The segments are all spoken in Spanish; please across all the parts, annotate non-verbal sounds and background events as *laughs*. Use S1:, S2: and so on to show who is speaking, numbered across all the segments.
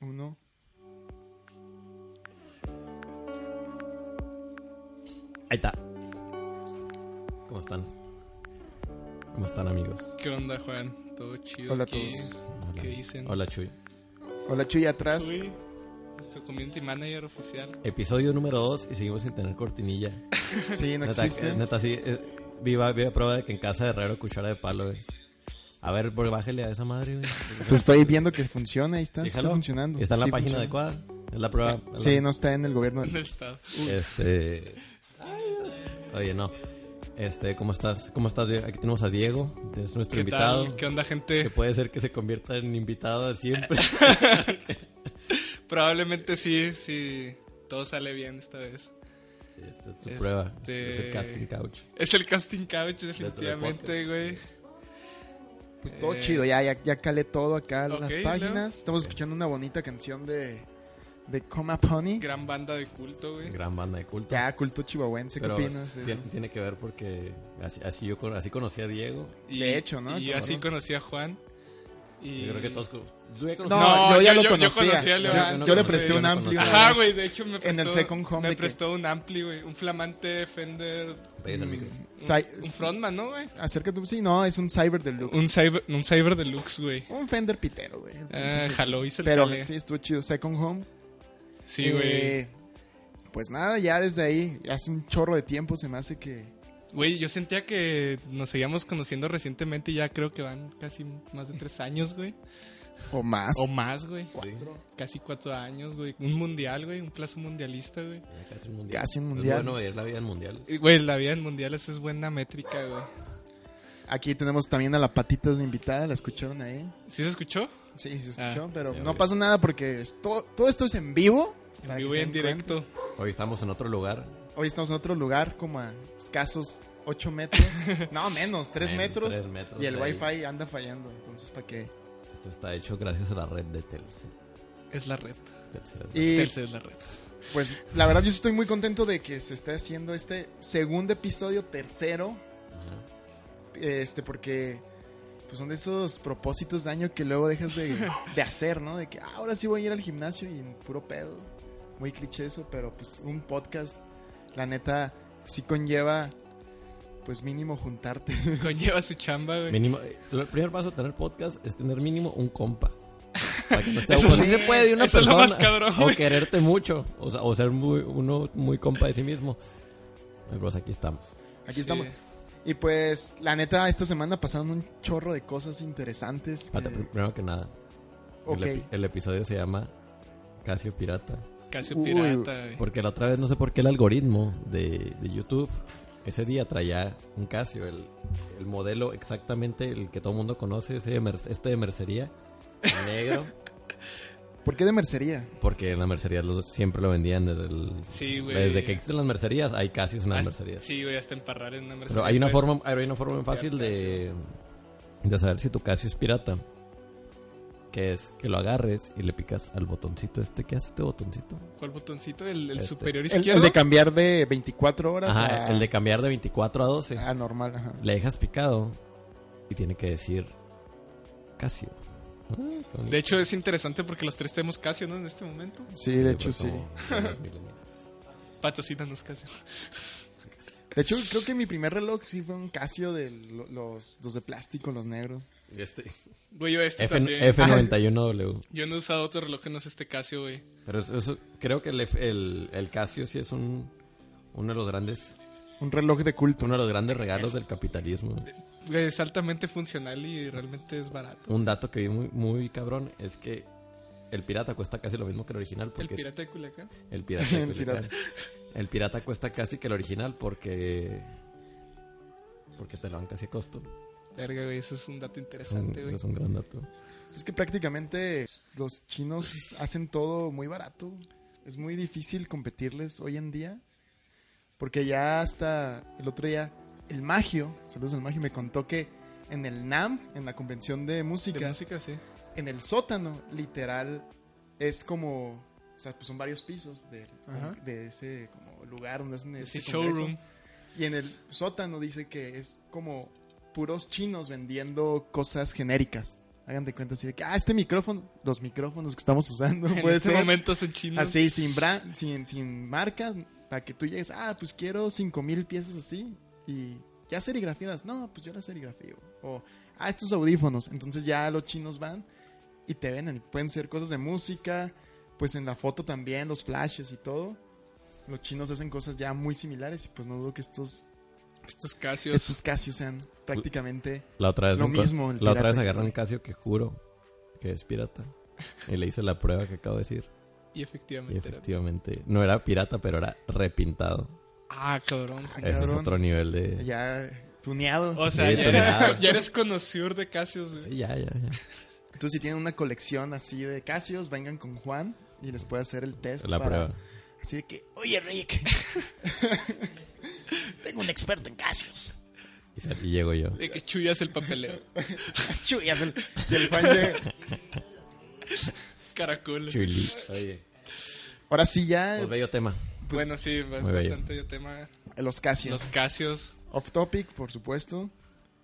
S1: Uno.
S2: Ahí está. ¿Cómo están? ¿Cómo están, amigos?
S1: ¿Qué onda, Juan? ¿Todo chido?
S3: Hola a
S1: ¿Qué-
S3: todos.
S2: Hola.
S1: ¿Qué dicen?
S2: Hola, Chuy.
S3: Hola Chuy atrás.
S1: Uy, nuestro community manager oficial. *laughs*
S2: Episodio número 2 y seguimos sin tener cortinilla.
S3: Sí, *laughs* no
S2: neta,
S3: existe.
S2: eh, neta, sí. es- viva, viva prueba de que en casa de herrero cuchara de palo, güey. A ver, bro, bájale a esa madre, güey.
S3: Pues estoy viendo que funciona, ahí está,
S2: Sí,
S3: está
S2: jalo.
S3: funcionando.
S2: Está en la
S3: Sí,
S2: página
S3: funciona.
S2: adecuada. Es la prueba. es la-
S3: Sí, no está en el gobierno.
S1: del estado.
S2: Este. Oye, no. Este, ¿cómo estás? ¿Cómo estás? Diego? Aquí tenemos a Diego, es nuestro
S1: ¿Qué
S2: invitado.
S1: tal? ¿Qué onda,
S2: Que
S1: gente?
S2: puede ser que se convierta en invitado de siempre.
S1: Probablemente sí, sí. Todo sale bien esta vez.
S2: Sí, esta es su
S1: Este-
S2: prueba. Es el casting couch.
S1: Es el casting couch,
S2: De-
S1: definitivamente, güey.
S3: Pues todo
S1: Eh,
S3: chido, ya, ya, ya calé todo acá
S1: Ok,
S3: las
S1: luego.
S3: páginas. Estamos escuchando una bonita canción de, de Coma Pony.
S1: Gran banda de culto, güey.
S2: Gran banda de culto.
S3: Ya, culto chihuahuense, ¿qué
S2: Pero
S3: opinas? de
S2: tiene,
S3: eso?
S2: tiene que ver porque así, así yo con- así conocí a Diego.
S1: Y-
S3: De hecho, ¿no?
S1: Y
S3: Como
S1: así
S3: no-
S1: conocí a Juan. Y...
S2: Yo creo que todos. con- Yo ya conocí
S3: No,
S2: a-
S1: No,
S3: yo ya
S1: yo-
S3: lo
S1: yo- yo
S3: conocía.
S1: conocí a
S3: Yo-
S1: Levan,
S3: yo le
S1: yo
S3: presté
S2: lo
S3: un amplio.
S2: conocía.
S1: Ajá,
S3: una
S1: güey, de hecho me prestó,
S3: En el Second Home
S1: me
S3: de que-
S1: prestó un ampli, güey, un flamante Fender,
S2: Pégase
S3: Mm,
S2: al micro.
S1: un,
S3: Cy-
S1: un frontman, ¿no, güey?
S3: Acércate, sí, no, es un Cyber Deluxe.
S1: Un
S3: Un,
S1: cyber, un cyber deluxe, güey.
S3: Fender Pitero, güey.
S1: Ah,
S3: Entonces,
S1: jaló, hizo el
S3: pero
S1: jale.
S3: sí, estuvo chido. Second Home.
S1: Sí, güey.
S3: Eh, pues nada, ya desde ahí, hace un chorro de tiempo se me hace que...
S1: Güey, yo sentía que nos seguíamos conociendo recientemente y ya creo que van casi más de tres años, güey.
S3: O más.
S1: O más, güey.
S2: Sí,
S1: Casi cuatro años, güey. Un mundial, güey, un plazo mundialista, güey.
S2: ya casi un mundial.
S3: Casi un mundial.
S2: Es bueno ver la vida en mundial.
S1: Y, Güey, la vida en mundiales es buena métrica, güey.
S3: Aquí tenemos también a la patitas de invitada, ¿la escucharon ahí?
S1: ¿Sí se escuchó?
S3: Sí, se escuchó,
S1: Ah,
S3: pero
S2: sí,
S3: no
S2: obvio.
S3: pasa nada porque es todo, todo esto es en vivo.
S1: En
S3: para que
S1: vivo
S3: se
S1: y en
S3: den cuenta.
S1: directo.
S2: Hoy estamos en otro lugar.
S3: Hoy estamos en otro lugar, como a escasos 8 metros. no, menos, 3
S2: Men,
S3: metros.
S2: tres metros
S3: y el
S2: de ahí.
S3: wifi anda fallando, entonces ¿para qué?
S2: Esto está hecho gracias a la red de Telcel.
S1: Es la red.
S2: Telcel es la-
S3: Y
S1: Telcel es la red. *laughs*
S3: pues la verdad yo sí estoy muy contento de que se esté haciendo este segundo episodio, tercero,
S2: Ajá.
S3: este porque pues son de esos propósitos de año que luego dejas de, de hacer, ¿no? De que "Ah, ahora sí voy a ir al gimnasio y en puro pedo. Muy cliché eso, pero pues un podcast, la neta, sí conlleva pues mínimo juntarte. *laughs*
S1: Conlleva su chamba, güey.
S2: Mínimo, eh, el primer paso de tener podcast es tener mínimo un
S1: *laughs*
S2: compa. Para que no esté-
S1: Eso
S2: pues,
S1: sí,
S2: sí se puede de una
S1: eso es lo
S2: persona.
S1: más cabrón,
S2: o
S1: güey.
S2: quererte mucho. O, sea, o ser muy, uno muy compa de sí mismo. Pero pues aquí estamos.
S3: Aquí
S1: Sí.
S3: estamos. Y pues la neta, esta semana pasaron un chorro de cosas interesantes. Eh,
S2: Espérate,
S1: Mm.
S3: que-
S2: pr- primero que nada.
S3: ok.
S2: El, epi- el episodio se llama Casio Pirata.
S1: Casio
S3: Uy.
S1: pirata, güey.
S2: Porque la otra vez no sé por qué el algoritmo de, de YouTube ese día traía un Casio. El, el modelo exactamente el que todo el mundo conoce. Ese de mer- este de mercería. Negro.
S1: *laughs*
S3: ¿Por qué de mercería?
S2: Porque en la mercería los, siempre lo vendían desde el...
S1: Sí, güey.
S2: Desde que existen las mercerías, hay casios en las
S1: Hasta-
S2: mercerías.
S1: Sí, güey, hasta emparrar en una mercería.
S2: Pero hay una
S1: pues.
S2: forma, hay una forma fácil de, de saber si tu casio es pirata. Que es que lo agarres y le picas al botoncito este. ¿Qué hace este botoncito?
S1: ¿Cuál botoncito? ¿El, el
S2: Este.
S1: superior
S3: El,
S1: izquierdo?
S3: el de cambiar de 24 horas
S2: Ajá,
S3: a,
S2: el de cambiar de 24 a 12.
S1: Ah.
S3: a normal. ajá.
S2: Le dejas picado y tiene que decir casio. Ah, qué bonito.
S1: De hecho, es interesante porque los tres tenemos Casio, ¿no? En este momento.
S3: Sí, de hecho
S2: pues,
S3: sí.
S2: como- como los
S1: *laughs*
S2: millennials.
S1: Patrocínanos Casio.
S3: De hecho, creo que mi primer reloj sí fue un Casio de lo- los, los de plástico, los negros.
S2: Y este-
S1: Güey, yo este también.
S2: F,
S1: *laughs*
S2: 91 w
S1: Yo no he usado otro reloj que no es este Casio, güey.
S2: Pero eso, eso- creo que el, F- el, el Casio sí es un, uno de los grandes
S3: Un reloj de culto.
S2: uno de los grandes regalos del capitalismo.
S1: Güey, Es altamente funcional y realmente es barato.
S2: Un dato que vi muy, muy cabrón es que el pirata cuesta casi lo mismo que el original
S1: El
S2: porque es-
S1: pirata de Culiacán.
S2: el pirata,
S3: *laughs*
S2: de
S3: El
S2: Culiacán.
S3: pirata.
S2: El pirata cuesta casi que el original porque porque te lo dan casi a costo.
S1: Verga, güey, eso es un
S2: Es
S1: dato
S2: un,
S1: interesante, güey.
S2: es un gran dato.
S3: Es que prácticamente los chinos hacen todo muy barato. Es muy difícil competirles hoy en día. Porque ya hasta el otro día, el Magio, saludos al Magio, me contó que en el NAM, en la convención de música,
S1: De música, sí.
S3: en el sótano, literal, es como. O sea, pues son varios pisos de,
S1: Ajá.
S3: de ese como lugar donde hacen
S1: Ese
S3: ese congreso.
S1: showroom.
S3: Y en el sótano dice que es como puros chinos vendiendo cosas genéricas. Hagan de cuenta así de que, ah, este micrófono, los micrófonos que estamos usando,
S1: *laughs*
S3: *laughs*
S1: En
S3: puede
S1: ese
S3: ser
S1: momento son chinos.
S3: así, sin, bra- sin, sin marcas, para que tú llegues, ah, pues quiero cinco mil piezas así, y ya serigrafiadas, no, pues yo las serigrafío. O, ah, estos audífonos, entonces ya los chinos van y te venden, pueden ser cosas de música, pues en la foto también, los flashes y todo. Los chinos hacen cosas ya muy similares y pues no dudo que estos
S1: Estos casios.
S3: estos Casios sean prácticamente.
S2: La otra vez,
S3: Lo
S2: nunca-
S3: mismo, el
S2: la otra vez
S3: pirata.
S2: agarré un Casio que juro que es pirata. Y le hice la prueba que acabo de decir.
S3: *laughs*
S1: Y
S2: Y
S1: efectivamente. era-
S2: efectivamente, no era pirata, pero era repintado.
S1: Ah, cabrón.
S3: Ah,
S2: Ese es
S3: cabrón,
S2: otro nivel Oh. de...
S3: Ya tuneado.
S1: O sea,
S2: Sí,
S1: ya,
S2: pero
S1: eres,
S2: nada.
S1: co- ya eres conocedor de casios, güey.
S2: Sí, ya, ya, ya.
S3: Tú si tienen una colección así de Casios, vengan con Juan y les puede hacer el test.
S2: La
S3: para-
S2: prueba.
S3: Así de que, oye
S2: *laughs*
S3: Rick, *laughs* tengo un experto en Casios. *laughs*
S2: Y, sal- y llego yo.
S1: De que chuyas el papeleo.
S3: Chu, Y, hace el, y el Juan llega.
S1: Caracoles.
S2: Chuli. Oye,
S3: Ahora sí ya,
S2: pues bello tema.
S1: Bueno, sí, ba-
S2: Muy bello.
S1: bastante yo tema.
S3: los Casios.
S1: Los casios.
S3: Off topic, por supuesto.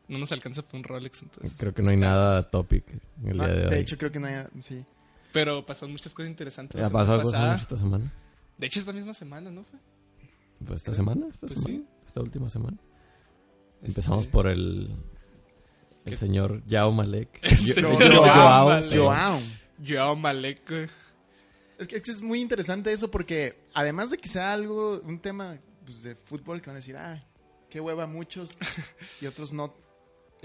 S1: No nos alcanza para un Rolex, entonces.
S2: Creo que no hay nada topic en el
S3: Ah,
S2: día de hoy.
S3: de hecho, creo que no hay... Sí.
S1: Pero pasaron muchas cosas interesantes. la
S2: ¿Ha
S1: semana
S2: pasado cosas
S1: pasada.
S2: nuevas esta semana?
S1: De hecho, esta misma semana, ¿no fue?
S2: Pues esta
S1: Creo.
S2: semana, esta
S1: Pues
S2: semana,
S1: sí.
S2: esta última semana. Empezamos
S1: Este,
S2: por el... El
S1: ¿Qué?
S2: señor Yao
S1: *laughs*
S2: Malek. *laughs* Yo-
S1: señor
S2: yo-
S1: Joao
S2: Joao,
S1: Malek.
S2: perdón.
S3: Joao.
S1: Joao Malek. güey.
S2: Eh,
S3: Es que es que es muy interesante eso porque además de que sea algo, un tema pues, de fútbol que van a decir, ah, qué hueva
S2: *laughs*
S3: muchos y otros no.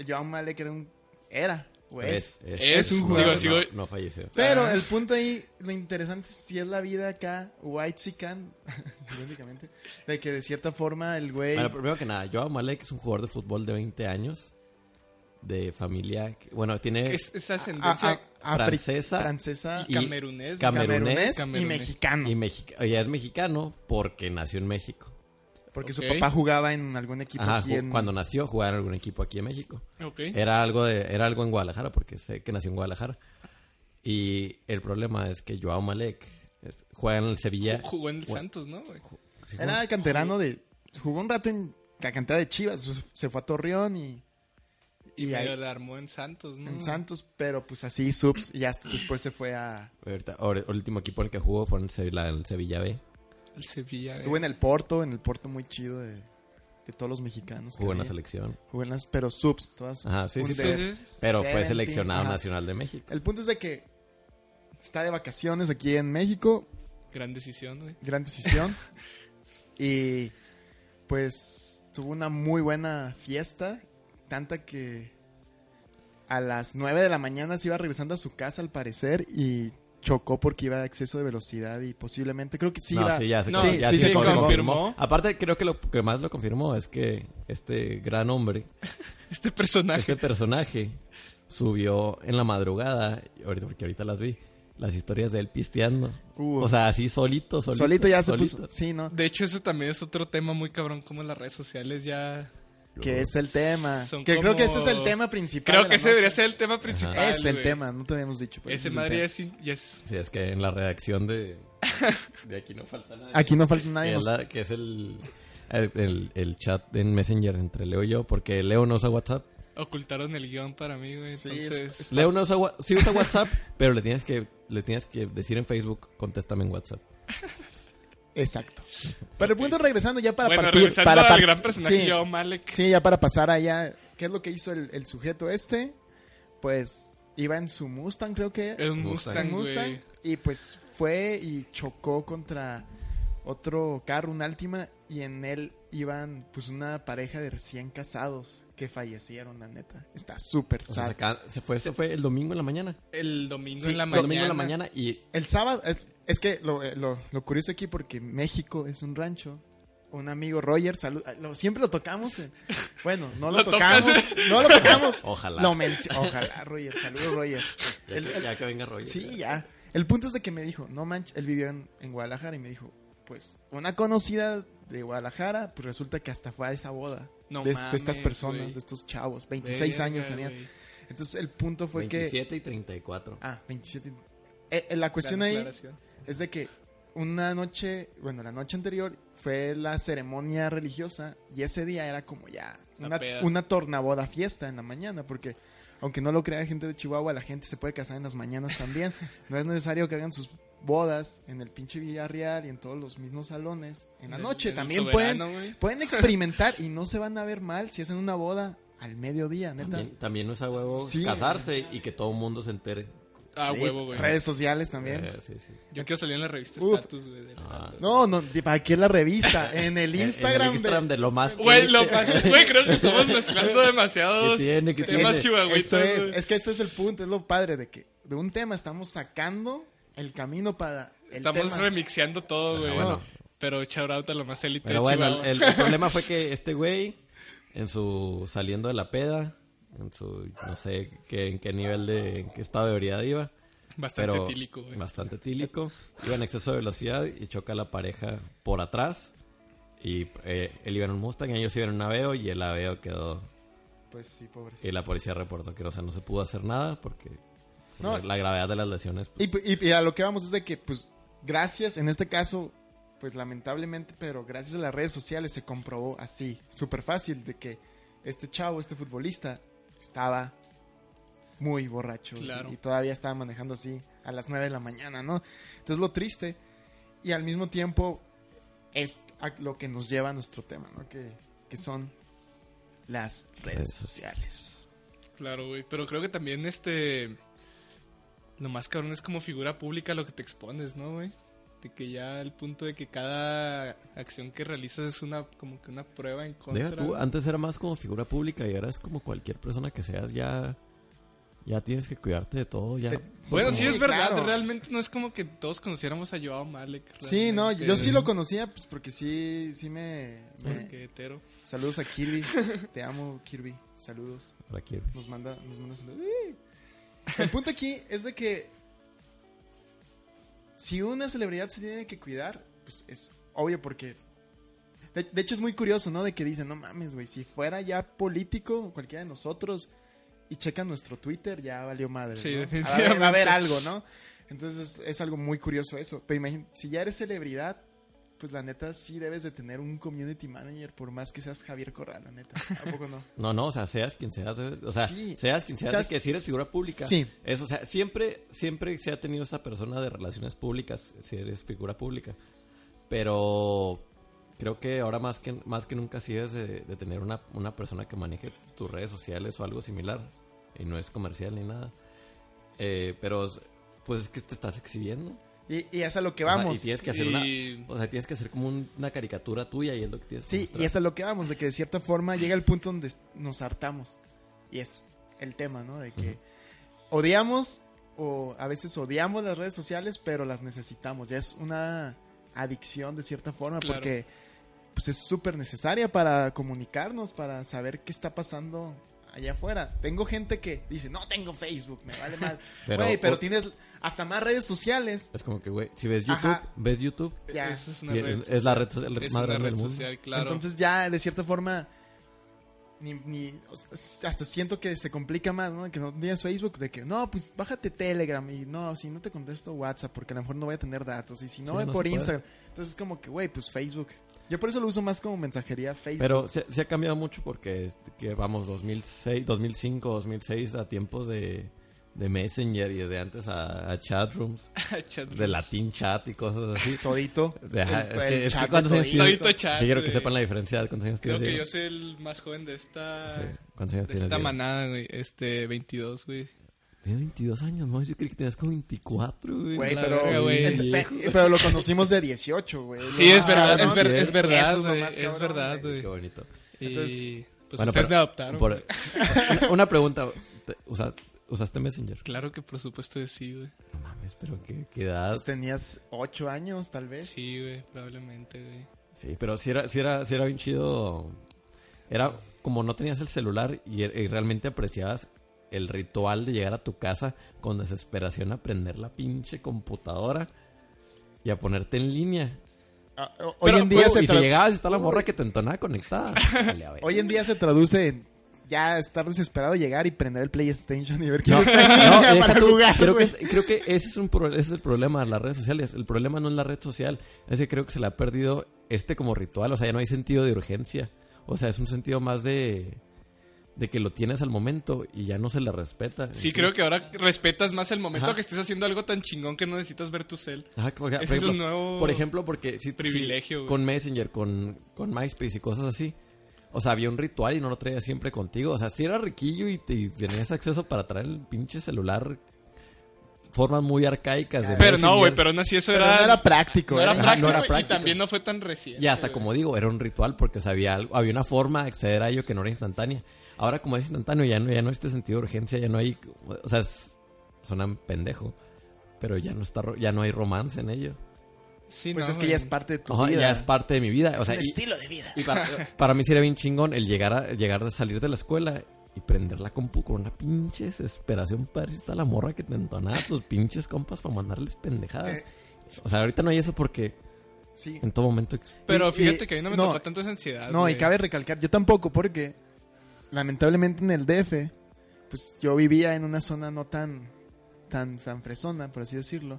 S3: Joao Malek era un... Era, o
S2: Pues,
S3: es.
S1: Es un
S2: No,
S1: jugador.
S2: no,
S1: Digo,
S2: no, no falleció.
S3: Pero
S1: Ah.
S3: el punto ahí, lo interesante es si es la vida acá, White Sican, *laughs* irónicamente, de que de cierta forma el güey...
S2: Bueno, primero que nada, Joao Malek es un jugador de fútbol de 20 años. De familia. que- Bueno, tiene
S1: Es, es
S3: a-
S1: ascendencia
S2: ah,
S3: a- afri-
S2: francesa
S3: francesa
S2: y-
S1: camerunés.
S2: Cam-
S3: camerunés, y
S1: camerunés.
S3: mexicano.
S2: y mexica- y es mexicano porque nació en México.
S3: porque
S1: ok.
S3: su papá jugaba en algún equipo
S2: Ajá,
S3: aquí
S2: ju-
S3: en...
S2: cuando nació jugaba en algún equipo aquí en México.
S1: ok.
S2: Era algo de, era algo en Guadalajara, porque sé que nació en Guadalajara. Y el problema es que Joao Malek es- juega en el Sevilla.
S1: Jugó en el
S2: Ju-
S1: Santos, ¿no? güey?
S2: eh, ju- sí, jugó-
S3: Era canterano de... Jugó un rato en la cantera de Chivas, se fue a Torreón y...
S1: Y
S3: y
S1: medio
S3: ahí-
S1: la armó en Santos, ¿no?
S3: en Santos, pero pues así subs y hasta después se fue a
S2: ahorita- ahora, el último equipo en el que jugó fue en el Sevilla, en el Sevilla B.
S1: El Sevilla.
S3: estuvo
S1: eh.
S3: en el Porto, en el Porto muy chido de, de todos los mexicanos. que
S2: Jugó en la
S3: había.
S2: selección.
S3: Jugó en las- pero subs todas.
S2: Ajá, sí,
S3: un
S2: sí,
S3: de
S1: sí, sí, sí.
S2: Pero fue
S3: 17,
S2: seleccionado
S3: ajá.
S2: nacional de México.
S3: El punto es de que está de vacaciones aquí en México,
S1: eh, Gran decisión, güey.
S3: gran decisión y pues tuvo una muy buena fiesta, tanta que a las 9 de la mañana se iba regresando a su casa al parecer y chocó porque iba a exceso de velocidad y posiblemente creo que sí
S2: no,
S3: iba
S2: sí, ya se,
S1: No,
S2: con- ya
S1: sí
S2: se
S1: se
S2: confirmó.
S1: confirmó.
S2: Aparte, creo que lo que más lo confirmó es que este gran hombre,
S1: Este personaje.
S2: este personaje, subió en la madrugada, y ahorita, porque ahorita las vi, las historias de él pisteando.
S3: Uh.
S2: o sea, así solito, solito.
S3: solito, ya se
S2: solito.
S3: puso, sí, ¿no?
S1: De hecho, eso también es otro tema muy cabrón, como las redes sociales ya...
S3: Que es el tema.
S1: Son
S3: Que creo que
S1: como-
S3: ese es el tema principal.
S1: Creo
S3: de
S1: que
S3: la
S1: ese debería
S3: noche.
S1: ser el tema principal,
S3: Es el
S1: güey.
S3: tema, no te habíamos dicho. pero
S1: Ese
S3: es el
S1: madre
S3: tema.
S1: ya es, in- ya es-
S2: Sí, es que en la redacción de, de aquí no falta nada.
S3: Aquí no falta
S2: Que
S3: nadie.
S2: es,
S3: nos-
S2: la- que es el, el, el chat en Messenger entre Leo y yo, porque Leo no usa WhatsApp.
S1: Ocultaron el guión para mí, güey.
S3: Sí,
S1: Entonces...
S3: es-
S2: Leo no usa, wa- sí usa WhatsApp, *laughs* pero le tienes, que, le tienes que decir en Facebook, contéstame en WhatsApp.
S1: *laughs*
S3: Exacto. Pero el punto regresando ya para
S1: bueno,
S3: partir.
S1: regresando
S3: para par-
S1: al gran personaje
S3: sí,
S1: Joao Malek.
S3: sí, ya para pasar allá. ¿Qué es lo que hizo el, el sujeto este? Pues iba en su Mustang, creo que.
S1: Es un
S2: Mustang.
S1: Mustang,
S3: un Mustang.
S1: güey.
S3: Y pues fue y chocó contra otro carro, un Altima. Y en él iban pues una pareja de recién casados que fallecieron, la neta. Está súper
S2: O sea,
S3: sad.
S2: se acaban- se fue, esto fue el domingo en la mañana.
S1: El domingo
S3: Sí,
S1: en la
S2: El
S1: mañana.
S2: domingo en la mañana y
S3: El sábado, es, es que lo, eh, lo- lo curioso aquí porque México es un rancho un amigo Roger, salud, lo- siempre lo tocamos. eh. Bueno, no lo,
S1: *laughs* Lo tocas,
S3: tocamos, no lo tocamos.
S2: *laughs* Ojalá.
S3: Lo menc- Ojalá, Roger, saludos Roger.
S2: Ya,
S3: El-
S2: que,
S3: el-
S2: ya que venga Roger.
S3: Sí, ya. El punto es de que me dijo, no manches, él vivió en, en Guadalajara y me dijo, pues, una conocida de Guadalajara, pues resulta que hasta fue a esa boda.
S1: No
S3: de, de
S1: mames,
S3: estas personas,
S1: güey.
S3: de estos chavos, 26
S1: Verga,
S3: años tenían.
S1: güey.
S3: Entonces el punto fue que...
S2: 27 y 34.
S3: Ah, 27. Eh, eh, la cuestión
S1: Gran
S3: ahí
S1: aclaración.
S3: es de que una noche, bueno, la noche anterior fue la ceremonia religiosa y ese día era como ya
S1: La
S3: una,
S1: peda.
S3: una tornaboda fiesta en la mañana, porque aunque no lo crea gente de Chihuahua, la gente se puede casar en las mañanas también. no es necesario que hagan sus bodas en el pinche Villarreal y en todos los mismos salones. En la
S1: Del-
S3: noche
S1: del
S3: también
S1: soberano, güey.
S3: pueden, pueden experimentar y no se van a ver mal si hacen una boda al mediodía, neta.
S2: También, también no es a huevo
S3: Sí.
S2: casarse y que todo el mundo se entere.
S1: Ah,
S3: Sí,
S1: huevo, güey.
S3: Redes sociales también.
S2: Eh, sí, sí.
S1: Yo quiero salir en la revista
S3: Uf.
S1: Status, güey. del
S2: Ah.
S1: rato.
S3: No, no, de- ¿para qué la revista? En el
S2: En- en
S3: Instagram.
S2: el
S3: de-
S2: Instagram de lo más. que-
S1: Güey, lo más- *laughs* güey, creo que estamos mezclando demasiados
S2: Que tiene, que
S1: temas
S2: tiene.
S1: chihuahuitas.
S3: Eso es,
S1: güey.
S3: es que ese es el punto, es lo padre de que de un tema estamos sacando el camino para el
S1: Estamos
S3: tema.
S1: remixeando todo, güey.
S2: bueno.
S1: Pero shout out a lo más élite.
S2: *laughs* Pero
S1: de
S2: bueno,
S1: Chihuahua.
S2: el, el problema fue que este güey, en su saliendo de la peda, en su, no sé qué, en qué nivel de, en qué estado de ebriedad iba.
S1: *laughs* Bastante
S2: pero-
S1: tílico, güey.
S2: Bastante tílico. Iba en exceso de velocidad y choca a la pareja por atrás. Y eh, él iba en un Mustang, ellos iban en un Aveo y el Aveo quedó.
S3: Pues sí, pobres.
S2: Y la policía reportó que, o sea, no se pudo hacer nada porque
S3: No.
S2: la, la gravedad de las lesiones. pues,
S3: Y, pu- y- y a lo que vamos es de que, pues, gracias, en este caso, pues lamentablemente, pero gracias a las redes sociales se comprobó así, súper fácil, de que este chavo, este futbolista, estaba muy borracho y-
S1: Claro.
S3: y, todavía estaba manejando así a las 9 de la mañana, ¿no? Entonces lo triste y al mismo tiempo es a- lo que nos lleva a nuestro tema, ¿no? Que, que son las redes
S2: Redes
S3: sociales.
S1: Claro, güey. Pero creo que también este. Lo más cabrón es como figura pública lo que te expones, ¿no, güey? De que ya el punto de que cada acción que realizas es una como que una prueba en contra.
S2: Deja tú, antes era más como figura pública y ahora es como cualquier persona que seas, ya, ya tienes que cuidarte de todo. Ya,
S3: Te-
S1: Bueno,
S3: Sí,
S1: sí, es verdad.
S3: claro.
S1: Realmente no es como que todos conociéramos a Joao Malek.
S3: Sí, no,
S1: realmente,
S3: yo sí lo
S1: güey,
S3: conocía, pues porque sí, sí me... me-
S1: Porque hetero.
S3: Saludos a Kirby. Te amo, Kirby. Saludos.
S2: Ahora quiero.
S3: Nos manda, nos manda saludos. ¡Uy! El punto aquí es de que si una celebridad se tiene que cuidar, pues es obvio porque... De, de hecho es muy curioso, ¿no? De que dicen, no mames, güey, si fuera ya político, cualquiera de nosotros, y checa nuestro Twitter, ya valió madre.
S1: Sí,
S3: ¿no?
S1: definitivamente.
S3: Va a haber- Va a haber algo, ¿no? Entonces es algo muy curioso eso. Pero imagín- si ya eres celebridad, pues la neta sí debes de tener un community manager, por más que seas Javier Corral, la
S1: *laughs*
S3: neta. ¿A poco no?
S2: No, no, o sea, seas quien seas, eh, o sea,
S3: Sí.
S2: seas quien seas,
S3: O sea,
S2: de que si eres figura pública.
S3: sí.
S2: Es, o sea, siempre, siempre se ha tenido esa persona de relaciones públicas, si eres figura pública. Pero creo que ahora más que, más que nunca sí es de, de tener una, una persona que maneje tus redes sociales o algo similar. Y no es comercial ni nada. Eh, pero, pues es que te estás exhibiendo.
S3: Y, y es a lo que
S2: O sea,
S3: vamos.
S2: y tienes que hacer una.
S1: Y-
S2: O sea, tienes que hacer como un- una caricatura tuya y es lo que tienes que
S3: sí,
S2: mostrar.
S3: y es a lo que vamos, de que de cierta forma llega el punto donde nos hartamos. Y es el tema, ¿no? De que odiamos o a veces odiamos las redes sociales, pero las necesitamos. Ya es una adicción de cierta forma
S1: Claro.
S3: porque pues es súper necesaria para comunicarnos, para saber qué está pasando allá afuera. Tengo gente que dice, no tengo Facebook, me vale mal.
S2: *laughs* Pero-
S3: Güey, pero
S2: o-
S3: tienes hasta más redes sociales.
S2: Es como que, güey, si ves YouTube,
S3: Ajá.
S2: ves YouTube
S3: Ya.
S1: Eso es, una
S2: Y
S1: red
S2: es- es la red social
S1: es
S2: más
S1: una
S2: grande
S1: red
S2: del mundo.
S1: social, claro.
S3: Entonces ya, de cierta forma, ni, ni- o sea, hasta siento que se complica más, ¿no? Que no tienes Facebook, de que, no, pues bájate Telegram y no, si no te contesto WhatsApp, porque a lo mejor no voy a tener datos, y si no
S2: Sí,
S3: voy
S2: no
S3: por
S2: se puede.
S3: Instagram. Entonces es como que, güey, pues Facebook. Yo por eso lo uso más como mensajería Facebook.
S2: Pero se, se ha cambiado mucho porque este, que vamos 2006, 2005, 2006 a tiempos de, de Messenger y desde antes a, a chatrooms,
S1: *laughs* Chat- *laughs*
S2: de latín chat y cosas así.
S3: todito.
S2: De- ajá,
S3: el-
S2: es
S3: el
S2: que- es que
S3: chat de
S2: ¿cuántos años
S3: todito.
S2: tienes?
S1: Todito chat,
S2: Yo quiero que
S1: güey.
S2: sepan la diferencia de cuántos años
S1: Creo
S2: tienes.
S1: que
S2: Diego.
S1: yo soy el más joven de esta.
S2: Sí, ¿Cuántos años
S1: De esta
S2: tienes? Diego?
S1: manada, güey. Este, 22, güey.
S2: Tienes 22 años, ¿no? Yo creí que tenías como 24, güey.
S3: Güey,
S1: La
S3: pero,
S1: verga, güey.
S3: ent- pe- pero lo conocimos de 18, güey. Lo
S1: Sí, es
S3: más
S1: verdad,
S3: cabrón.
S1: es, ver-
S2: sí,
S1: es
S2: eh.
S1: verdad,
S3: Eso es lo
S1: güey,
S3: más
S1: es
S3: cabrón,
S1: verdad,
S3: güey.
S2: Qué
S1: güey.
S2: bonito.
S1: Y
S3: Entonces-
S1: pues
S2: Bueno,
S1: ustedes
S2: pero-
S1: me adoptaron.
S2: por-
S1: güey.
S2: una, *laughs* una pregunta. ¿te- usa- ¿Usaste Messenger?
S1: Claro que por supuesto que sí, güey.
S2: No mames, pero qué, qué edad.
S3: Pues Tenías 8 años, tal vez.
S1: Sí, güey, probablemente, güey.
S2: Sí, pero sí era, sí era, sí era bien chido. Era como no tenías el celular y, er, y realmente apreciabas el ritual de llegar a tu casa con desesperación a prender la pinche computadora y a ponerte en línea.
S3: Ah, o-
S2: Pero,
S3: hoy en día
S2: güey,
S3: se
S2: y si
S3: tra-
S2: llegabas está la morra que te entonaba
S3: *laughs*
S2: conectada. Vale, a ver.
S3: Hoy en día se traduce en ya estar desesperado, llegar y prender el PlayStation y ver quién
S2: No,
S3: está en *laughs*
S2: no,
S3: línea
S2: deja
S3: para
S2: tú.
S3: jugar.
S2: Creo que,
S3: güey.
S2: es- creo que ese, es un pro- ese es el problema de las redes sociales. El problema no es la red social. Es que creo que se le ha perdido este como ritual. O sea, ya no hay sentido de urgencia. O sea, es un sentido más de, de que lo tienes al momento y ya no se le respeta.
S1: Sí, creo que ahora respetas más el momento
S2: Ajá.
S1: que estés haciendo algo tan chingón que no necesitas ver tu cel.
S2: Ajá, por,
S1: Ese
S2: por
S1: es
S2: ejemplo,
S1: un nuevo
S2: por ejemplo, porque si, si
S1: privilegio, güey.
S2: con Messenger, con, con MySpace y cosas así, o sea, había un ritual y no lo traía siempre contigo. O sea, si era riquillo y, te- y tenías acceso para traer el pinche celular, formas muy arcaicas. de
S1: Pero no, güey,
S2: Messenger.
S1: pero aún así eso
S3: Pero
S1: era...
S3: no era práctico.
S1: no
S3: ¿eh?
S1: era
S2: Ajá,
S1: práctico,
S2: no era
S1: güey,
S2: práctico.
S1: y también no fue tan reciente.
S2: Y hasta
S1: güey.
S2: como digo, era un ritual porque o sea, había, algo- había una forma de acceder a ello que no era instantánea. Ahora como es instantáneo ya no, ya no hay este sentido de urgencia, ya no hay, o sea, es- suena pendejo, pero ya no está, ro- ya no hay romance en ello.
S1: Sí,
S3: Pues
S1: no,
S3: es que
S1: güey.
S3: ya es parte de tu
S2: Ajá,
S3: vida.
S2: ya es parte de mi vida, o sea,
S3: un
S2: y-
S3: estilo de vida.
S2: y para, para mí sería bien chingón el llegar a llegar de salir de la escuela y prender la compu con una pinche desesperación para ver si está la morra que te entonaba a tus pinches compas para mandarles pendejadas.
S3: Eh.
S2: O sea, ahorita no hay eso porque
S3: Sí.
S2: en todo momento
S1: Pero
S3: Y-
S1: fíjate
S3: y-
S1: que a mí no me
S3: no,
S1: tocó tanta esa ansiedad,
S3: No, y
S1: güey.
S3: cabe recalcar, yo tampoco, porque lamentablemente en el DF, pues yo vivía en una zona no tan, tan, tan fresona, por así decirlo.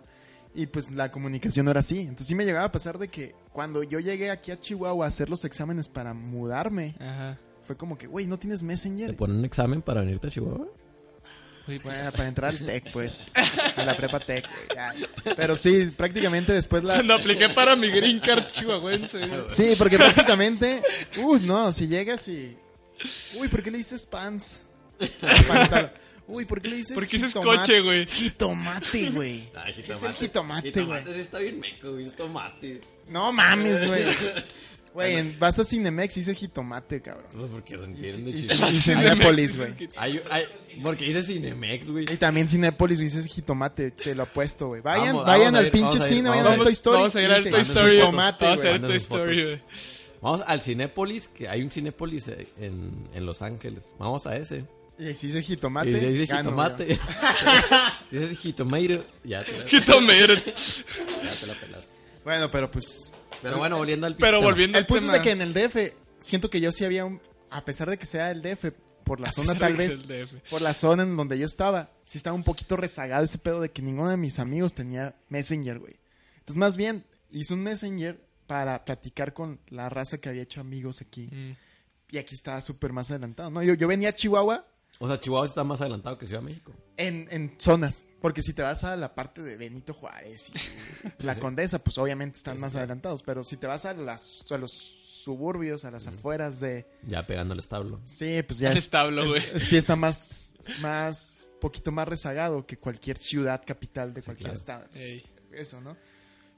S3: Y pues la comunicación no era así. Entonces sí me llegaba a pasar de que cuando yo llegué aquí a Chihuahua a hacer los exámenes para mudarme,
S1: Ajá.
S3: fue como que, güey, ¿no tienes
S2: te
S3: Messenger?
S2: ponen un examen para venirte a Chihuahua.
S1: Oye, pues,
S3: Bueno, para entrar al TEC, pues. A la prepa TEC, güey, ya. Pero sí, prácticamente después
S1: *laughs*
S3: la...
S1: *laughs* Cuando apliqué para mi green card chihuahuense, güey.
S3: Sí, porque prácticamente. Uy, no, si llegas y. Uy, ¿por qué le dices
S1: *laughs*
S3: pants? Pantalón. Uy, ¿por qué le dices.
S1: ¿Por qué dices
S3: jitomate?
S1: coche, güey?
S3: Jitomate, güey. ¿Qué es el jitomate, güey?
S2: está bien meco, güey, tomate.
S3: No mames,
S1: *laughs*
S3: güey. Güey, en- vas a Cinemex y dice jitomate, cabrón.
S2: pues, porque se
S3: Y,
S2: entiende
S3: y,
S2: chido.
S3: y- y Cinépolis,
S1: Cinemex,
S3: güey.
S2: Hay- hay- porque dice Cinemex, güey.
S3: Y también Cinépolis dices jitomate, te lo apuesto, güey. Vayan,
S2: Vamos,
S3: vayan
S2: vamos a
S3: al
S2: ir,
S3: pinche
S2: vamos a ir,
S3: cine, vayan
S2: vamos
S3: al
S2: a ir.
S3: Toy Story.
S1: Vamos a ir al
S3: y
S1: Toy
S3: dicen,
S1: Story. güey.
S3: Jitomate,
S1: Vamos a ir
S3: güey.
S1: al Toy
S2: Mándanos fotos.
S1: Story, güey.
S2: Vamos al Cinépolis, que hay un Cinépolis eh, en, en Los Ángeles. Vamos a ese.
S3: Y si dice jitomate.
S2: y ahí dice
S3: gano, güey.
S2: jitomate. dice jitomate. Ya te, la,
S1: Jitomate.
S2: ya te la pelaste.
S3: Bueno, pero pues
S2: Pero bueno, volviendo al
S1: Pero
S2: tema.
S1: volviendo al
S3: El punto
S1: tema.
S3: es de que en el DF, siento que yo sí había un. A pesar de que sea el DF, por la zona
S1: pesar
S3: tal
S1: de que sea
S3: vez.
S1: el DF.
S3: Por la zona en donde yo estaba, sí estaba un poquito rezagado ese pedo de que ninguno de mis amigos tenía Messenger, güey. Entonces, más bien, hice un Messenger para platicar con la raza que había hecho amigos aquí.
S1: Mm.
S3: Y aquí estaba súper más adelantado, ¿no? Yo, yo venía a Chihuahua
S2: O sea, Chihuahua está más adelantado que Ciudad de México.
S3: en, en zonas. Porque si te vas a la parte de Benito Juárez y la Condesa, pues obviamente están más adelantados. Pero si te vas a, las, a los suburbios, a las afueras de,
S2: Ya pegando el establo.
S3: Sí, pues ya
S1: Al
S3: es-
S1: establo,
S3: es-
S1: güey.
S3: es- Sí está más, más, poquito más rezagado que cualquier ciudad capital de cualquier
S2: claro.
S3: estado. Entonces,
S1: Ey.
S3: Eso, ¿no?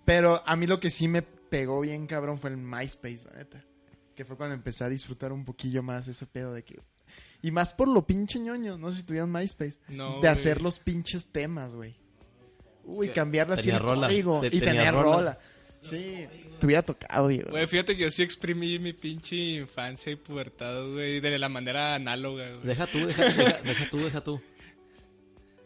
S3: Pero a mí lo que sí me pegó bien, cabrón, fue el MySpace, la neta. Que fue cuando empecé a disfrutar un poquillo más ese pedo de que... Y más por lo pinche ñoño, no sé si tuvieron MySpace.
S1: No,
S3: de
S1: güey.
S3: hacer los pinches temas, güey. Uy,
S2: Que
S3: cambiarla así
S2: tenía
S3: el
S2: rola,
S3: código.
S2: te-
S3: y
S2: tenía
S3: tener rola.
S2: rola.
S3: Sí, te hubiera tocado, Diego.
S1: Güey, fíjate que yo sí exprimí mi pinche infancia y pubertad, güey, de la manera análoga, güey.
S2: Deja tú, deja, deja- deja tú, deja tú.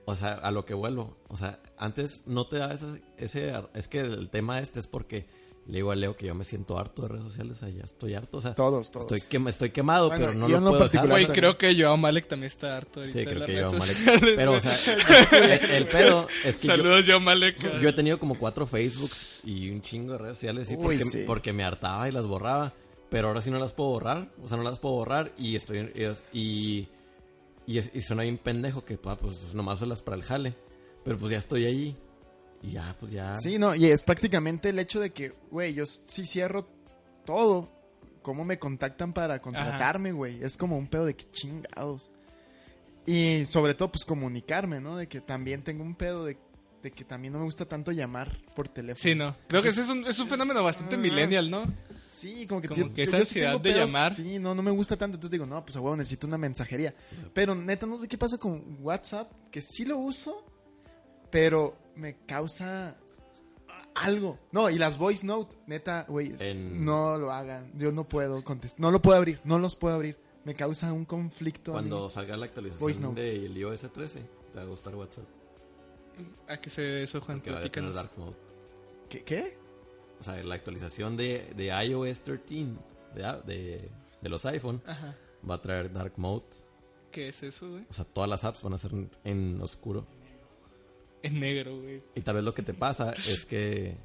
S2: O sea, a lo que vuelvo. O sea, antes no te da ese, ese... ar- Es que el tema este es porque le digo a Leo que yo me siento harto de redes sociales. O sea, ya estoy harto. O sea,
S3: Todos, todos.
S2: Estoy, quem- estoy quemado,
S3: Bueno,
S2: pero no
S3: yo
S2: lo
S3: en lo
S2: puedo dejar.
S3: particular
S1: Güey,
S3: Claro.
S1: creo que yo Malek también está harto ahorita.
S2: Sí,
S1: de
S2: creo
S1: las
S2: que
S1: redes
S2: yo, Malek.
S1: sociales,
S2: Pero, o
S1: güey.
S2: sea, el, el pedo es que yo,
S1: Saludos, yo Malek.
S2: yo he tenido como cuatro Facebooks y un chingo de redes sociales sí,
S3: Uy,
S2: porque,
S3: sí.
S2: porque me hartaba y las borraba. Pero ahora sí no las puedo borrar. O sea, no las puedo borrar y estoy... en- Y, y, y es- y suena bien pendejo que, pa, pues, nomás son las para el jale. Pero pues ya estoy ahí. Y ya, pues ya...
S3: Sí, no, y es prácticamente el hecho de que, güey, yo s- si cierro todo, ¿cómo me contactan para contratarme, güey? Es como un pedo de que chingados. Y sobre todo, pues comunicarme, ¿no? De que también tengo un pedo de, de que también no me gusta tanto llamar por teléfono.
S1: Sí, no. Creo que ese es un, es un fenómeno bastante
S3: Ah.
S1: millennial, ¿no?
S3: Sí, como que,
S1: Como que esa
S3: sí
S1: ansiedad
S3: tengo
S1: de llamar.
S3: Sí, no, no me gusta tanto. Entonces digo, no, pues a huevo necesito una mensajería. Pero neta, no sé qué pasa con WhatsApp, que sí lo uso, pero me causa algo. No, y las voice note, neta, güey,
S2: En-
S3: no lo hagan. Yo no puedo contestar. No lo puedo abrir, no los puedo abrir. Me causa un conflicto. a mí.
S2: Cuando salga la
S3: Voice
S2: actualización
S3: note.
S2: del iOS 13, te va a gustar WhatsApp.
S1: ¿A qué se debe eso, Juan?
S2: Que va a tener
S1: Platícanos.
S2: Dark Mode.
S3: ¿Qué? ¿Qué?
S2: O sea, la actualización de, de iOS 13 de, de, de los iPhone
S1: Ajá.
S2: va a traer Dark Mode.
S1: ¿Qué es eso, güey?
S2: O sea, todas las apps van a ser en, en oscuro.
S1: En negro, güey.
S2: Y tal vez lo que te pasa es que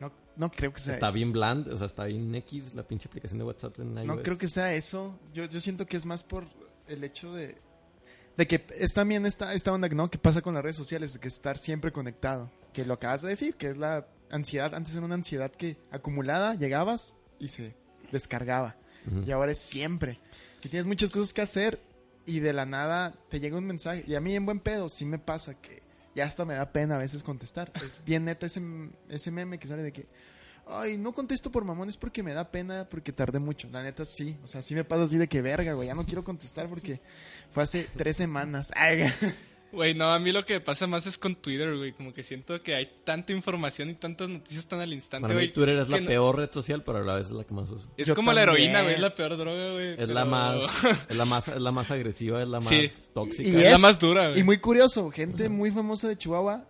S3: No, no creo que sea
S2: está
S3: eso.
S2: bien bland, o sea, está bien X la pinche aplicación de WhatsApp en iOS.
S3: No creo que sea eso. Yo, yo siento que es más por el hecho de. De que es también esta, esta onda ¿no? que pasa con las redes sociales, de que estar siempre conectado. Que lo acabas de decir, que es la ansiedad. Antes era una ansiedad que acumulada, llegabas y se descargaba.
S2: Ujú.
S3: Y ahora es siempre. Que tienes muchas cosas que hacer y de la nada te llega un mensaje. Y a mí en buen pedo sí me pasa que ya hasta me da pena a veces contestar. Es bien neta ese, ese meme que sale de que, ay, no contesto por mamón, es porque me da pena, porque tardé mucho. La neta sí. O sea, sí me pasa así de que verga, güey, ya no quiero contestar porque fue hace tres semanas. *laughs* Ay,
S1: Güey, no, a mí lo que me pasa más es con Twitter, güey. Como que siento que hay tanta información y tantas noticias tan al instante,
S2: Para mí
S1: güey.
S2: Twitter es la
S1: que no-
S2: peor red social, pero a la vez es la que más uso.
S1: Es
S3: Yo
S1: como la
S3: también.
S1: heroína, güey. Es la peor droga, güey.
S2: Es la
S1: pero-
S2: más,
S1: *laughs*
S2: es la más, es la más agresiva, es la más
S1: Sí.
S2: tóxica.
S1: es la más dura, güey.
S3: Y muy curioso, gente muy famosa de Chihuahua,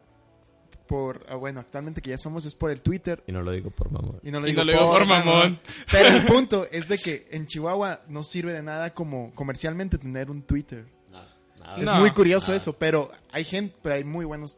S3: por, ah, bueno, actualmente que ya es famosa es por el Twitter,
S2: Y no lo digo por mamón.
S3: Y no
S1: Y no lo digo por mamón.
S3: Pero
S2: *laughs*
S3: el punto es de que en Chihuahua no sirve de nada como comercialmente tener un Twitter.
S2: Nada, nada.
S3: Es
S1: No.
S3: muy curioso
S2: Ah.
S3: eso, pero hay gente, pero hay muy buenos,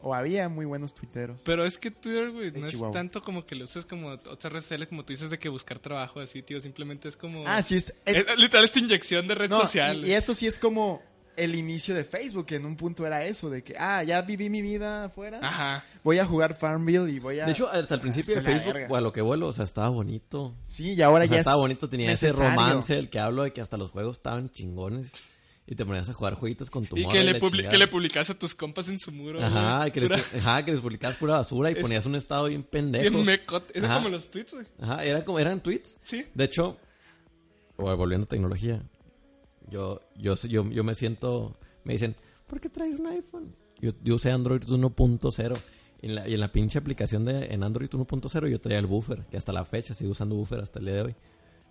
S3: o había muy buenos tuiteros.
S1: Pero es que Twitter, güey,
S3: De
S1: no
S3: Chihuahua.
S1: es tanto como que lo uses como otras redes sociales, como tú dices, de que buscar trabajo así, tío. Simplemente es como.
S3: Ah, sí, es... es-
S1: Eh, literal, es tu inyección de red
S3: no,
S1: social.
S3: y, y eso sí es como el inicio de Facebook, que en un punto era eso, de que, ah, ya viví mi vida afuera,
S1: Ajá.
S3: voy a jugar Farmville y voy a...
S2: Ah. De hecho, hasta el principio de
S3: Es una
S2: Facebook,
S3: verga.
S2: o a lo que vuelo, o sea, estaba bonito.
S3: sí, y ahora
S2: O sea,
S3: ya
S2: estaba
S3: es
S2: bonito, tenía ese
S3: necesario.
S2: romance del que hablo de que hasta los juegos estaban chingones. Y te ponías a jugar jueguitos con tu
S1: Y
S2: morra
S1: que
S2: y
S1: le,
S2: la
S1: publi-
S2: chingada.
S1: que le publicas a tus compas en su muro.
S2: Ajá,
S1: güey.
S2: que les,
S1: Pura-
S2: ajá, que les publicabas pura basura y ponías un estado bien pendejo.
S1: *laughs* bien mecote. Era
S2: Ajá.
S1: como los tweets, güey.
S2: Ajá, era como, eran tweets.
S1: Sí.
S2: De hecho, bueno, volviendo a tecnología, yo, yo, sé- yo, yo me siento, me dicen, ¿por qué traes un iPhone? Yo, yo usé Android 1.0. Y en, la, y en la pinche aplicación de en Android 1.0 yo traía el buffer, que hasta la fecha sigo usando buffer hasta el día de hoy,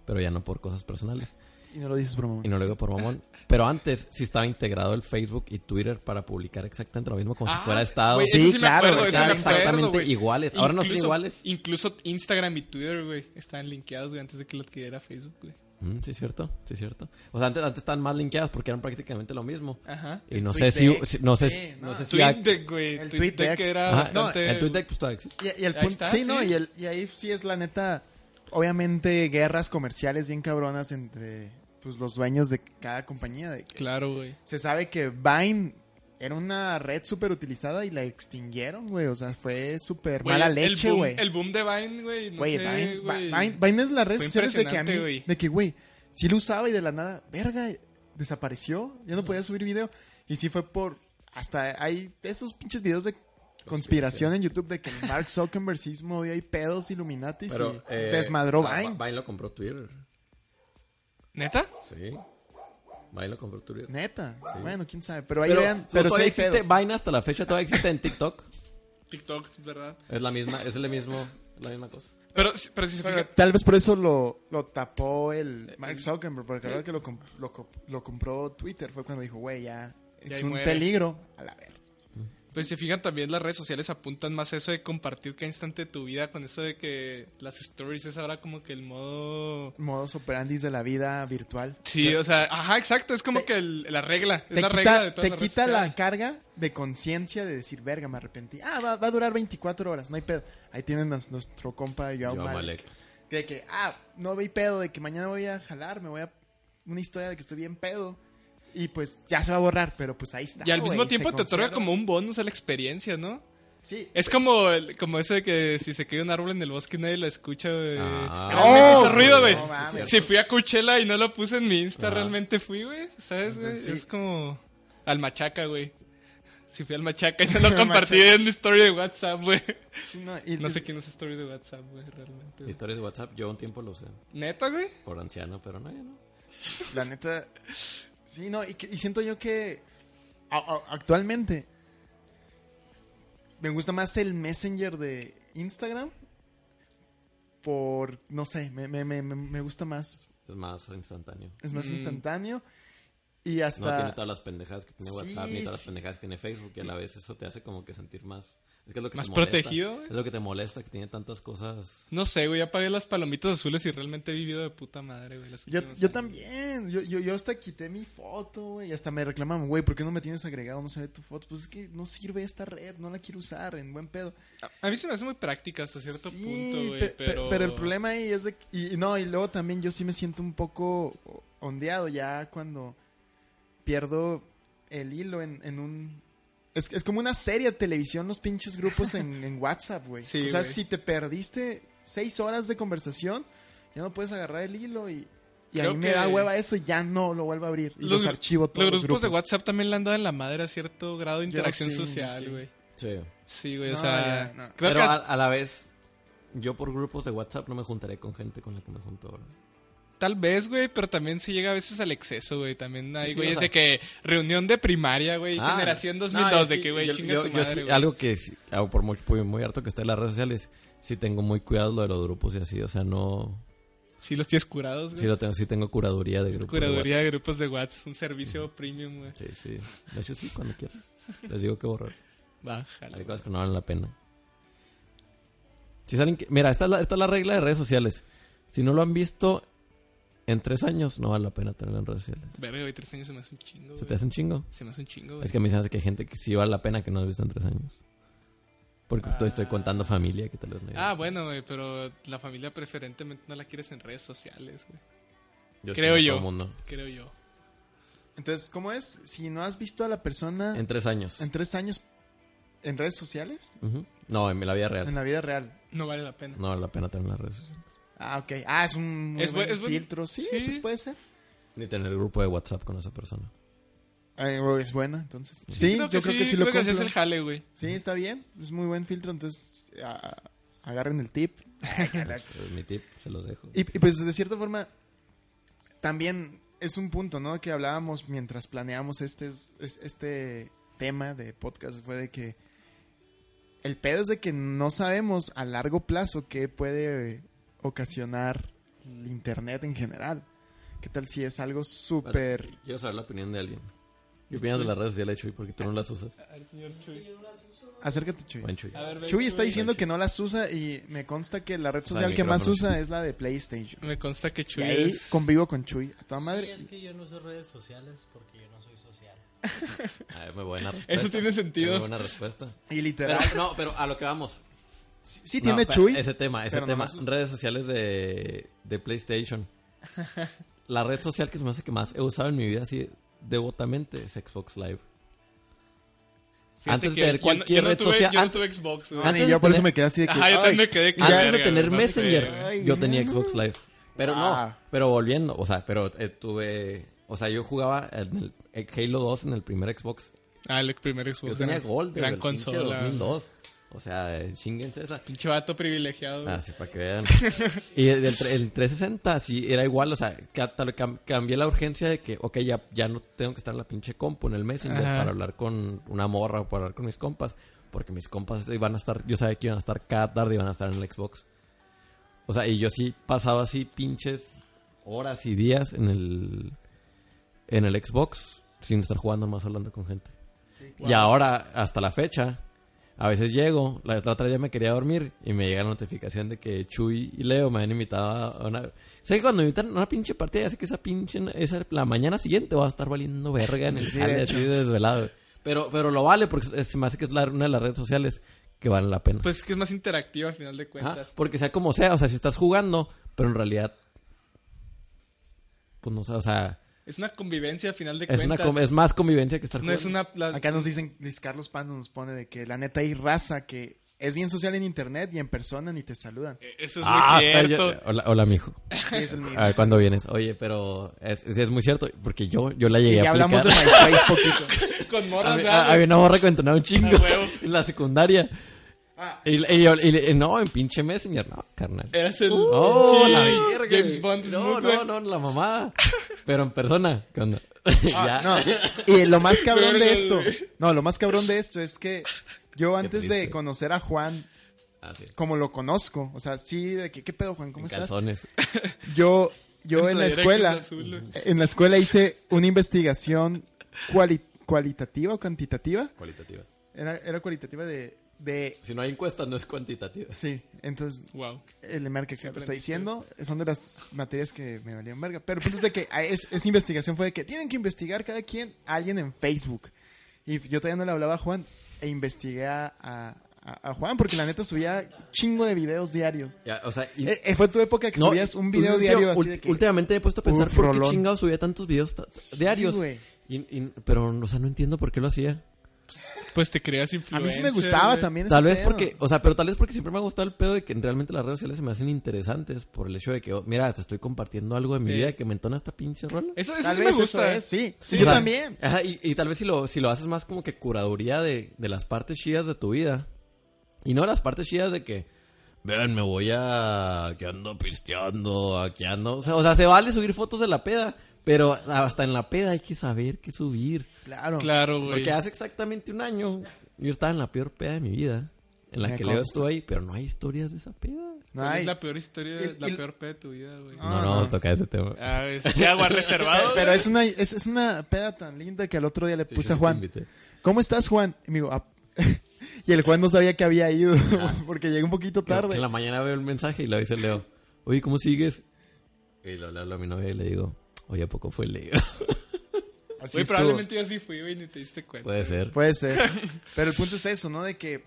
S2: pero ya no por cosas personales.
S3: Y no lo dices por mamón.
S2: Y no lo digo por mamón. Pero antes sí estaba integrado el Facebook y Twitter para publicar exactamente lo mismo como
S1: Ah,
S2: si fuera estado.
S1: güey, eso
S3: Sí,
S1: me
S3: claro,
S1: acuerdo, eso
S2: estaban
S1: me acuerdo,
S2: exactamente
S1: güey.
S2: iguales. Ahora no son
S1: Incluso-
S2: iguales.
S1: Incluso Instagram y Twitter, güey, estaban linkeados, güey, antes de que lo adquiriera Facebook, güey.
S2: Mm, sí, es cierto, sí, es cierto. O sea, antes, antes estaban más linkeadas porque eran prácticamente lo mismo.
S1: Ajá.
S2: Y no sé
S3: Tweet
S2: si,
S3: deck.
S2: si- no sé,
S3: Sí,
S2: no
S3: no.
S2: sé si ha-
S1: TweetDeck, güey.
S3: El
S1: TweetDeck
S3: TweetDeck.
S1: era
S2: Ajá,
S1: bastante...
S2: el tweet deck pues todavía existe.
S3: Y, y el
S1: Ahí
S3: punto,
S1: está,
S3: sí, ¿no?
S1: sí.
S3: Y, el- y ahí sí es la neta, obviamente guerras comerciales bien cabronas entre pues, los dueños de cada compañía. De que
S1: Claro, güey.
S3: Se sabe que Vine era una red súper utilizada y la extinguieron, güey. O sea, fue súper
S1: Güey,
S3: mala
S1: el- el
S3: leche,
S1: boom-
S3: güey.
S1: El boom de Vine, güey. No
S3: Güey,
S1: sé,
S3: Vine,
S1: güey.
S3: Vine- Vine es la red
S1: Fue
S3: social de que a mí,
S1: impresionante, güey.
S3: de que, güey, sí lo usaba y de la nada, verga, desapareció, ya no podía subir video. Y sí fue por, hasta hay esos pinches videos de conspiración en YouTube de que Mark Zuckerberg sí movió ahí pedos Illuminati y
S2: eh,
S3: desmadró
S2: ah,
S3: Vine.
S2: Vine lo compró Twitter.
S1: ¿Neta?
S2: Sí. Vine lo compró Twitter.
S3: Neta, bueno, quién sabe, pero ahí
S2: pero
S3: vean,
S2: pues,
S3: pero sí
S2: todavía
S3: hay
S2: existe
S3: pedos.
S2: Vine hasta la fecha, todavía existe en TikTok.
S1: TikTok, ¿verdad?
S2: Es la misma, es el mismo, la misma cosa.
S1: Pero, si- pero si se
S3: Pero
S1: fijan...
S3: tal vez por eso lo, lo tapó el
S1: Eh,
S3: Mark Zuckerberg, porque la verdad que lo, comp- lo, comp- lo compró Twitter, fue cuando dijo, güey, ya es
S1: Ya ahí
S3: un
S1: muere.
S3: peligro, a la verga.
S1: Pues si se fijan también las redes sociales apuntan más a eso de compartir cada instante de tu vida con eso de que las stories es ahora como que el modo...
S3: modos operandis de la vida virtual.
S1: Sí, o sea, ajá, exacto, es como
S3: Te-
S1: que el- la regla, es
S3: Te
S1: la regla de
S3: quita,
S1: todas
S3: te
S1: las
S3: quita
S1: redes
S3: la
S1: sociales.
S3: carga de conciencia de decir, verga, me arrepentí. Ah, va, va a durar 24 horas, no hay pedo. Ahí tienen a nuestro compa Joao
S2: Yo,
S3: Malek.
S2: Malek.
S3: De que, ah, no hay pedo, de que mañana voy a jalar, me voy a... Una historia de que estoy bien pedo. Y pues ya se va a borrar, pero pues ahí está.
S1: Y al mismo
S3: güey,
S1: tiempo
S3: se
S1: te otorga
S3: conserva.
S1: como Eh, un bonus a la experiencia, ¿no?
S3: Sí.
S1: Es como, el- como eso de que si se cae un árbol en el bosque y nadie lo escucha, güey.
S2: Ah.
S1: realmente
S3: ¡Oh!
S1: ese ruido, güey.
S3: No mames.
S1: si fui a Coachella y no lo puse en mi Insta,
S2: Ah.
S1: realmente fui, güey. ¿Sabes, güey?
S3: Entonces, sí.
S1: Es como al machaca, güey. Si fui al machaca y
S3: *laughs*
S1: no lo compartí en mi story de WhatsApp, güey.
S3: sí, no, y-
S1: No sé quién es story de WhatsApp, güey, realmente. güey.
S2: Historias de WhatsApp, yo un tiempo lo usé
S1: ¿Neta, güey?
S2: por anciano, pero no, ya no.
S3: La neta. Sí, no, y, que- y siento yo que a- a- actualmente me gusta más el Messenger de Instagram. Por, no sé, me, me, me, me gusta más.
S2: Es más instantáneo.
S3: Es más
S1: Mm.
S3: instantáneo. Y
S2: No tiene
S3: hasta...
S2: todas las pendejadas que tiene
S3: Sí,
S2: WhatsApp ni todas las
S3: sí.
S2: pendejadas que tiene Facebook y a la vez eso te hace como que sentir más... Es que es lo que
S1: Más
S2: te molesta.
S1: protegido, güey.
S2: Es lo que te molesta, que tiene tantas cosas...
S1: No sé, güey, ya pagué las palomitas azules y realmente he vivido de puta madre, güey. los
S3: yo,
S1: últimos
S3: yo
S1: años.
S3: también, yo, yo, yo hasta quité mi foto, güey, y hasta me reclamaban, güey, ¿por qué no me tienes agregado? No se ve tu foto. Pues es que no sirve esta red, no la quiero usar, en buen pedo.
S1: A mí se me hace muy práctica hasta cierto
S3: Sí,
S1: punto, güey,
S3: pe- pe-
S1: pero...
S3: el problema ahí es de que- y, y no, y luego también yo sí me siento un poco ondeado ya cuando pierdo el hilo en, en un es, es como una serie de televisión los pinches grupos
S1: *laughs*
S3: en, en WhatsApp, güey.
S1: Sí,
S3: o sea,
S1: güey.
S3: si te perdiste seis horas de conversación, ya no puedes agarrar el hilo y, y a
S1: Creo
S3: mí me
S1: que-
S3: da hueva eso y ya no lo vuelvo a abrir. Y los,
S1: gru-
S3: archivo todos
S1: los grupos, de WhatsApp también le han dado en la madre a cierto grado de
S3: Yo
S1: interacción
S3: sí, yo
S1: social,
S3: sí.
S1: güey.
S2: Sí.
S1: Sí, güey, o
S3: No,
S1: sea...
S3: ya, no.
S1: Creo
S2: Pero
S1: que
S2: a,
S1: hasta-
S2: a la vez, yo por grupos de WhatsApp no me juntaré con gente con la que me junto ahora.
S1: tal vez, güey, pero también se llega a veces al exceso, güey. También hay,
S2: sí, o
S1: güey, es
S2: sea-
S1: de que reunión de primaria, güey,
S2: Ah,
S1: generación
S2: no,
S1: 2002,
S2: es
S1: de
S2: que
S1: que, güey,
S2: yo-
S1: chinga
S2: yo-
S1: tu
S2: yo sí-
S1: madre, güey.
S2: Algo que, sí- ah, por muy, muy, muy harto que esté en las redes sociales, sí tengo muy cuidado lo de los grupos y así, o sea, no...
S1: Sí los tienes curados,
S2: Sí,
S1: güey.
S2: lo tengo, sí tengo curaduría de grupos. de
S1: Curaduría de
S2: WhatsApp.
S1: grupos de WhatsApp, un servicio premium, güey.
S2: Sí, sí. De hecho, sí, cuando quieran. Les digo que borrar.
S1: Bájala.
S2: Hay
S1: güey.
S2: cosas que no valen la pena. Si salen que... Mira, esta es, la, esta es la regla de redes sociales. Si no lo han visto en tres años, no vale la pena tenerlo en redes sociales.
S1: Verga, güey, tres años se me hace un chingo,
S2: Se te
S1: güey.
S2: hace un chingo.
S1: Se me hace un chingo, güey.
S2: Es que a mí se me hace que hay gente que sí vale la pena que no has visto en tres años. Porque
S1: Ah.
S2: estoy, estoy contando familia que te los
S1: Ah, bueno, güey, pero la familia preferentemente no la quieres en redes sociales, güey.
S2: yo
S1: creo
S2: estoy
S1: yo.
S2: en todo mundo.
S1: Creo yo.
S3: Entonces, ¿cómo es? Si no has visto a la persona
S2: En tres años.
S3: en tres años en redes sociales,
S2: Ujú. No, en la vida
S3: en
S2: real.
S3: la vida real,
S1: No vale la pena.
S2: No vale la pena tener las redes sociales.
S3: Ah, ok. Ah, es un muy
S1: Es bu-
S3: buen
S1: es buen-
S3: filtro. Sí,
S1: sí.
S3: pues puede ser.
S2: Ni tener el grupo de WhatsApp con esa
S3: *laughs*
S2: persona.
S3: Eh, o es buena, entonces. Sí, yo creo que sí lo
S1: pues creo que así es
S3: cumplo.
S1: el jale, güey.
S3: Sí, está bien. Es muy buen filtro, entonces ah, agarren el tip.
S2: Ese es mi tip, se los dejo.
S3: y, y pues de cierta forma, también es un punto, ¿no? Que hablábamos mientras planeamos este, es- es- este tema de podcast, fue de que el pedo es de que no sabemos a largo plazo qué puede ocasionar el Internet en general. ¿Qué tal si es algo súper...
S2: Quiero saber la opinión de alguien. ¿Qué opinas de las redes sociales, Chuy? Porque tú no las usas.
S3: Acércate, Chuy.
S2: Buen Chuy.
S3: Chuy está diciendo que no las usa y me consta que la red
S2: Usa el
S3: social que más
S2: micrófono.
S3: usa es la de PlayStation.
S1: Me consta que
S3: Y
S1: Chuy
S3: ahí
S1: es-
S3: convivo con Chuy. A toda madre.
S4: Sí, es que yo no uso redes sociales porque yo no soy social.
S2: Ah, muy buena respuesta.
S1: Eso tiene sentido.
S2: Muy buena respuesta.
S3: Y
S2: Pero,
S3: literal.
S2: no, pero a lo que vamos.
S3: sí sí
S2: No,
S3: tiene
S2: pero
S3: Chuy.
S2: Ese tema, ese
S3: pero
S2: tema.
S3: nomás usa-
S2: Redes sociales de, de PlayStation. La red social que se me hace que más he usado en mi vida así devotamente es Xbox Live.
S1: Fíjate
S2: antes de
S1: que
S2: tener
S1: yo no-
S2: cualquier
S1: yo no
S2: red
S1: tuve-
S2: social-
S1: Yo no
S2: antes-
S1: tuve Xbox, güey.
S3: Ah,
S2: antes
S3: ni
S2: de
S3: yo por eso
S2: tener-
S3: me quedé así de que.
S1: Ajá, yo también
S3: ay,
S1: me quedé con
S2: Antes de
S1: verga, güey,
S2: tener
S1: no sé,
S2: Messenger,
S1: güey.
S3: Ay,
S2: yo tenía
S3: no.
S2: Xbox Live. Pero
S3: Ah.
S2: no, pero volviendo, o sea, pero eh, tuve, o sea, yo jugaba en el Halo 2 en el primer Xbox
S1: Ah, el primer Xbox.
S2: Yo tenía
S1: gran-
S2: Gold desde
S1: Gran
S2: el pinche
S1: consola.
S2: 2002. O sea, eh, chinguense esa.
S1: Pinche vato privilegiado. güey.
S2: Así para que
S1: *laughs*
S2: vean. y el, del tre- el 360 sí era igual, o sea, ca- tal- cam- cambié la urgencia de que, ok, ya, ya no tengo que estar en la pinche compu, en el Messenger,
S1: Ajá.
S2: para hablar con una morra o para hablar con mis compas, porque mis compas iban a estar, yo sabía que iban a estar cada tarde, iban a estar en el Xbox. O sea, y yo sí pasaba así pinches horas y días en el, en el Xbox sin estar jugando, más hablando con gente. Y ahora, hasta la fecha, a veces llego, la la otra día me quería dormir y me llega la notificación de que Chuy y Leo me han invitado a una... Sé que cuando me invitan a una pinche partida, ya sé que esa pinche... Esa, la mañana siguiente va a estar valiendo verga en el
S3: Sí,
S2: jale,
S3: de
S2: así
S3: hecho.
S2: de desvelado. Pero, pero lo vale porque es- se me hace que es la- una de las redes sociales que valen la pena.
S1: Pues es que es más interactivo al final de
S2: Ajá,
S1: cuentas.
S2: porque sea como sea, o sea, si estás jugando, pero en realidad... Pues no sé, o sea...
S1: Es una convivencia al final de
S2: Es, una
S1: cuentas.
S2: com- es más convivencia que estar
S1: No
S2: jugando.
S1: es una... la-
S3: Acá nos dicen, Luis Carlos Pando nos pone de que la neta hay raza que es bien social en internet y en persona ni te
S1: *laughs*
S3: saludan.
S1: Eso es muy
S2: Ah, pero yo-
S1: cierto.
S2: hola, hola, mijo.
S3: Sí, es el mío.
S2: A ver cuándo vienes. Oye, pero es, es- es muy cierto, porque yo, yo la
S3: Y
S2: llegué
S3: ya
S2: a
S3: hablamos de
S2: aplicar.
S3: MySpace poquito.
S1: Con
S2: A
S1: morras,
S2: mí-
S1: güey.
S2: a- Había una morra que me entonaba un chingo
S1: A huevo.
S2: *laughs* en la secundaria.
S3: Ah. Eh,
S2: Y, le- y yo- y le- no, en pinche Messenger, no, carnal.
S1: Eras el...
S2: Oh,
S1: Sí,
S2: la verga.
S1: James Bond
S2: No,
S1: Smooth, güey.
S2: no, no, la
S3: *laughs*
S2: mamada. Pero en persona, ¿qué onda? *laughs* *laughs* ya.
S3: Ah, No, y lo más cabrón
S1: Verga,
S3: de esto.
S1: güey.
S3: No, lo más cabrón de esto es que Yo
S2: Qué
S3: antes
S2: triste.
S3: de conocer a Juan,
S2: Ah, sí.
S3: como lo conozco, o sea, sí, de que, ¿qué pedo, Juan? ¿Cómo
S2: En
S3: estás?
S2: calzones.
S3: Yo, yo en la
S1: Playera
S3: escuela,
S1: Cruz Azul, güey.
S3: en la escuela hice una investigación cuali- cualitativa o cuantitativa.
S2: Cualitativa.
S3: Era, era cualitativa de, de...
S2: Si no hay encuestas, no es cuantitativa.
S3: Sí, entonces
S1: Wow.
S3: el Merkel que te está
S1: aprendiste.
S3: diciendo son de las materias que me valían verga. Pero el punto es de que a- es- esa investigación fue de que tienen que investigar cada quien a alguien en Facebook. Y yo todavía no le hablaba a Juan e investigué a, a- a Juan porque la neta subía chingo de videos diarios.
S2: Ya, o sea, y-
S3: Eh, eh, fue tu época que
S2: No,
S3: subías un video
S2: ulti-
S3: diario así
S2: ulti-
S3: de que...
S2: Últimamente he puesto a pensar
S3: Uf,
S2: por qué
S3: rolón.
S2: chingados subía tantos videos ta- diarios.
S3: güey.
S2: Y, y- pero, o sea, no entiendo por qué lo hacía.
S1: Pues te creas
S3: A
S1: influencer.
S3: mí sí me gustaba
S1: güey.
S3: también
S2: Tal
S3: ese
S2: vez
S3: pedo.
S2: porque, o sea, pero tal vez porque siempre me ha gustado el pedo de que realmente las redes sociales se me hacen interesantes por el hecho de que, oh, mira, te estoy compartiendo algo de mi
S1: Sí.
S2: vida que me entona esta pinche rola.
S1: Eso, eso
S3: Tal
S1: sí
S3: vez
S1: me gusta.
S3: eso es, sí. Sí,
S2: O
S3: yo
S2: sea,
S3: también.
S2: ajá, y, y tal vez si lo, si lo haces más como que curaduría de, de las partes chidas de tu vida. Y no las partes chidas de que, vean, me voy a... que ando pisteando, aquí ando... O sea, o sea, se vale subir fotos de la peda, pero hasta en la peda hay que saber qué subir.
S3: Claro.
S1: Claro, güey.
S2: Porque hace exactamente un año yo estaba en la peor peda de mi vida. En la
S3: Me
S2: que Leo
S3: consta.
S2: estuvo ahí, pero no hay historias de esa peda.
S3: No
S1: ¿Cuál
S3: hay.
S1: es la peor historia,
S3: Y-
S1: la
S3: y-
S1: peor peda de tu vida, güey.
S3: Ah.
S2: No, no, vamos a tocar ese tema.
S1: Ah, es que agua reservado.
S3: Pero es una, es, es una peda tan linda que al otro día le
S2: Sí,
S3: puse
S2: yo
S3: a
S2: sí te
S3: Juan.
S2: invité.
S3: ¿Cómo estás, Juan? Y me digo, "Ah". *laughs* y el Juan no sabía que había ido
S2: Ah.
S3: *laughs* porque llegué un poquito
S2: Que- que
S3: tarde.
S2: En la mañana veo el mensaje y le dice Leo, oye, ¿cómo sigues? Y lo le hablo a mi novia y le digo, oye, ¿a poco fue Leo? *laughs*
S3: Así estuvo.
S1: Güey,
S3: Pues,
S1: probablemente yo sí fui, güey, ni te diste cuenta.
S2: Puede ser.
S3: Puede ser.
S2: *laughs*
S3: Pero el punto es eso, ¿no? De que.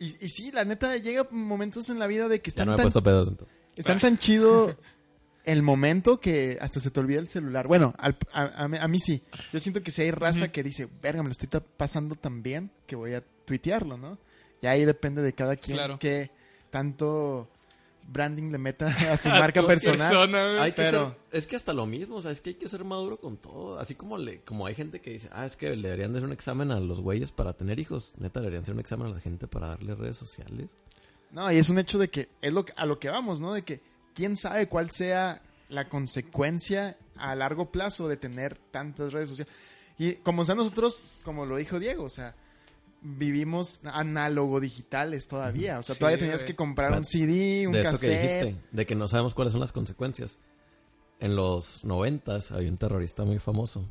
S3: Y, y sí, la neta, llega momentos en la vida de que
S2: ya
S3: están,
S2: no me he
S3: tan,
S2: puesto pedos entonces.
S3: están tan
S1: *laughs*
S3: chido el momento que hasta se te olvida el celular. Bueno, al- a, a mí- a mí sí. Yo siento que si hay raza que dice, verga, me lo estoy ta- pasando tan bien que voy a tuitearlo, ¿no? Y ahí depende de cada quien
S1: Claro.
S3: que tanto branding le meta a
S1: *laughs*
S3: su marca personal.
S1: Persona, güey.
S2: Hay que
S3: pero-
S2: ser- es que hasta lo mismo, o sea, es que hay que ser maduro con todo. Así como le, como hay gente que dice, ah, es que le deberían de hacer un examen a los güeyes para tener hijos. Neta, le deberían hacer un examen a la gente para darle redes sociales.
S3: No, y es un hecho de que es lo que- a lo que vamos, ¿no? De que quién sabe cuál sea la consecuencia a largo plazo de tener tantas redes sociales. Y como sea nosotros, como lo dijo Diego, o sea, vivimos análogo digitales todavía. O sea,
S1: Sí,
S3: todavía tenías
S1: güey.
S3: que comprar un
S2: Pat-
S3: CD, un
S2: de esto
S3: cassette.
S2: que dijiste, de que no sabemos cuáles son las consecuencias. En los noventas había un terrorista muy famoso,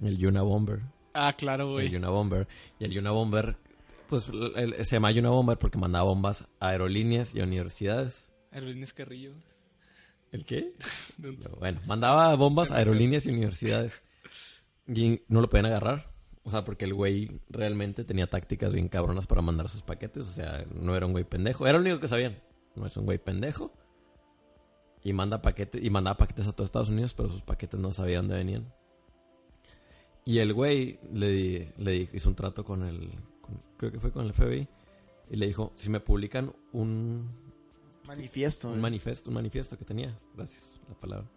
S2: el Yuna Bomber.
S1: Ah, claro,
S2: El
S1: güey.
S2: Yuna Bomber. Y el Yuna Bomber, pues el- el- se llama Yuna Bomber porque mandaba bombas a aerolíneas y a universidades.
S1: Erwin Carrillo.
S2: ¿El qué?
S1: No.
S2: Bueno, mandaba bombas a aerolíneas y universidades. Y no lo podían agarrar. O sea, porque el güey realmente tenía tácticas bien cabronas para mandar sus paquetes. O sea, no era un güey pendejo. Era lo único que sabían. No es un güey pendejo. Y manda paquetes, y mandaba paquetes a todo Estados Unidos, pero sus paquetes no sabían dónde venían. Y el güey le, di- le di- hizo un trato con el. con- creo que fue con el FBI. Y le dijo: Si me publican un,
S3: Manifiesto. eh.
S2: un manifiesto, un manifiesto que tenía, gracias la palabra.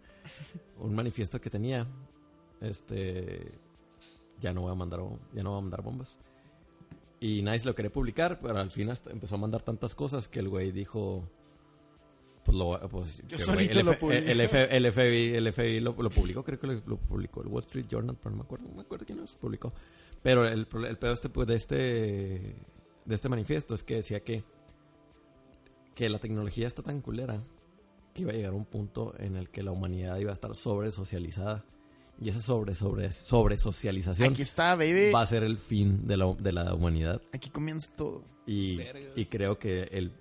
S2: Un manifiesto que tenía, este, ya no voy a mandar, bom- ya no voy a mandar bombas. Y nadie se lo quería publicar, pero al fin hasta empezó a mandar tantas cosas que el güey dijo, pues lo, pues, que, güey,
S3: solito
S2: el, F-
S3: lo publico.
S2: el F- el FBI, el FBI lo, lo publicó, creo que lo, lo publicó el Wall Street Journal, pero no me acuerdo, no me acuerdo quién lo publicó. Pero el, pro- el pedo este, pues, de este, de este manifiesto es que decía que que la tecnología está tan culera que iba a llegar un punto en el que la humanidad iba a estar sobre socializada. Y esa sobre, sobre, sobre socialización
S3: Aquí está, baby.
S2: va a ser el fin de la, de la humanidad.
S3: Aquí comienza todo.
S2: Y,
S1: Verga.
S2: y creo que el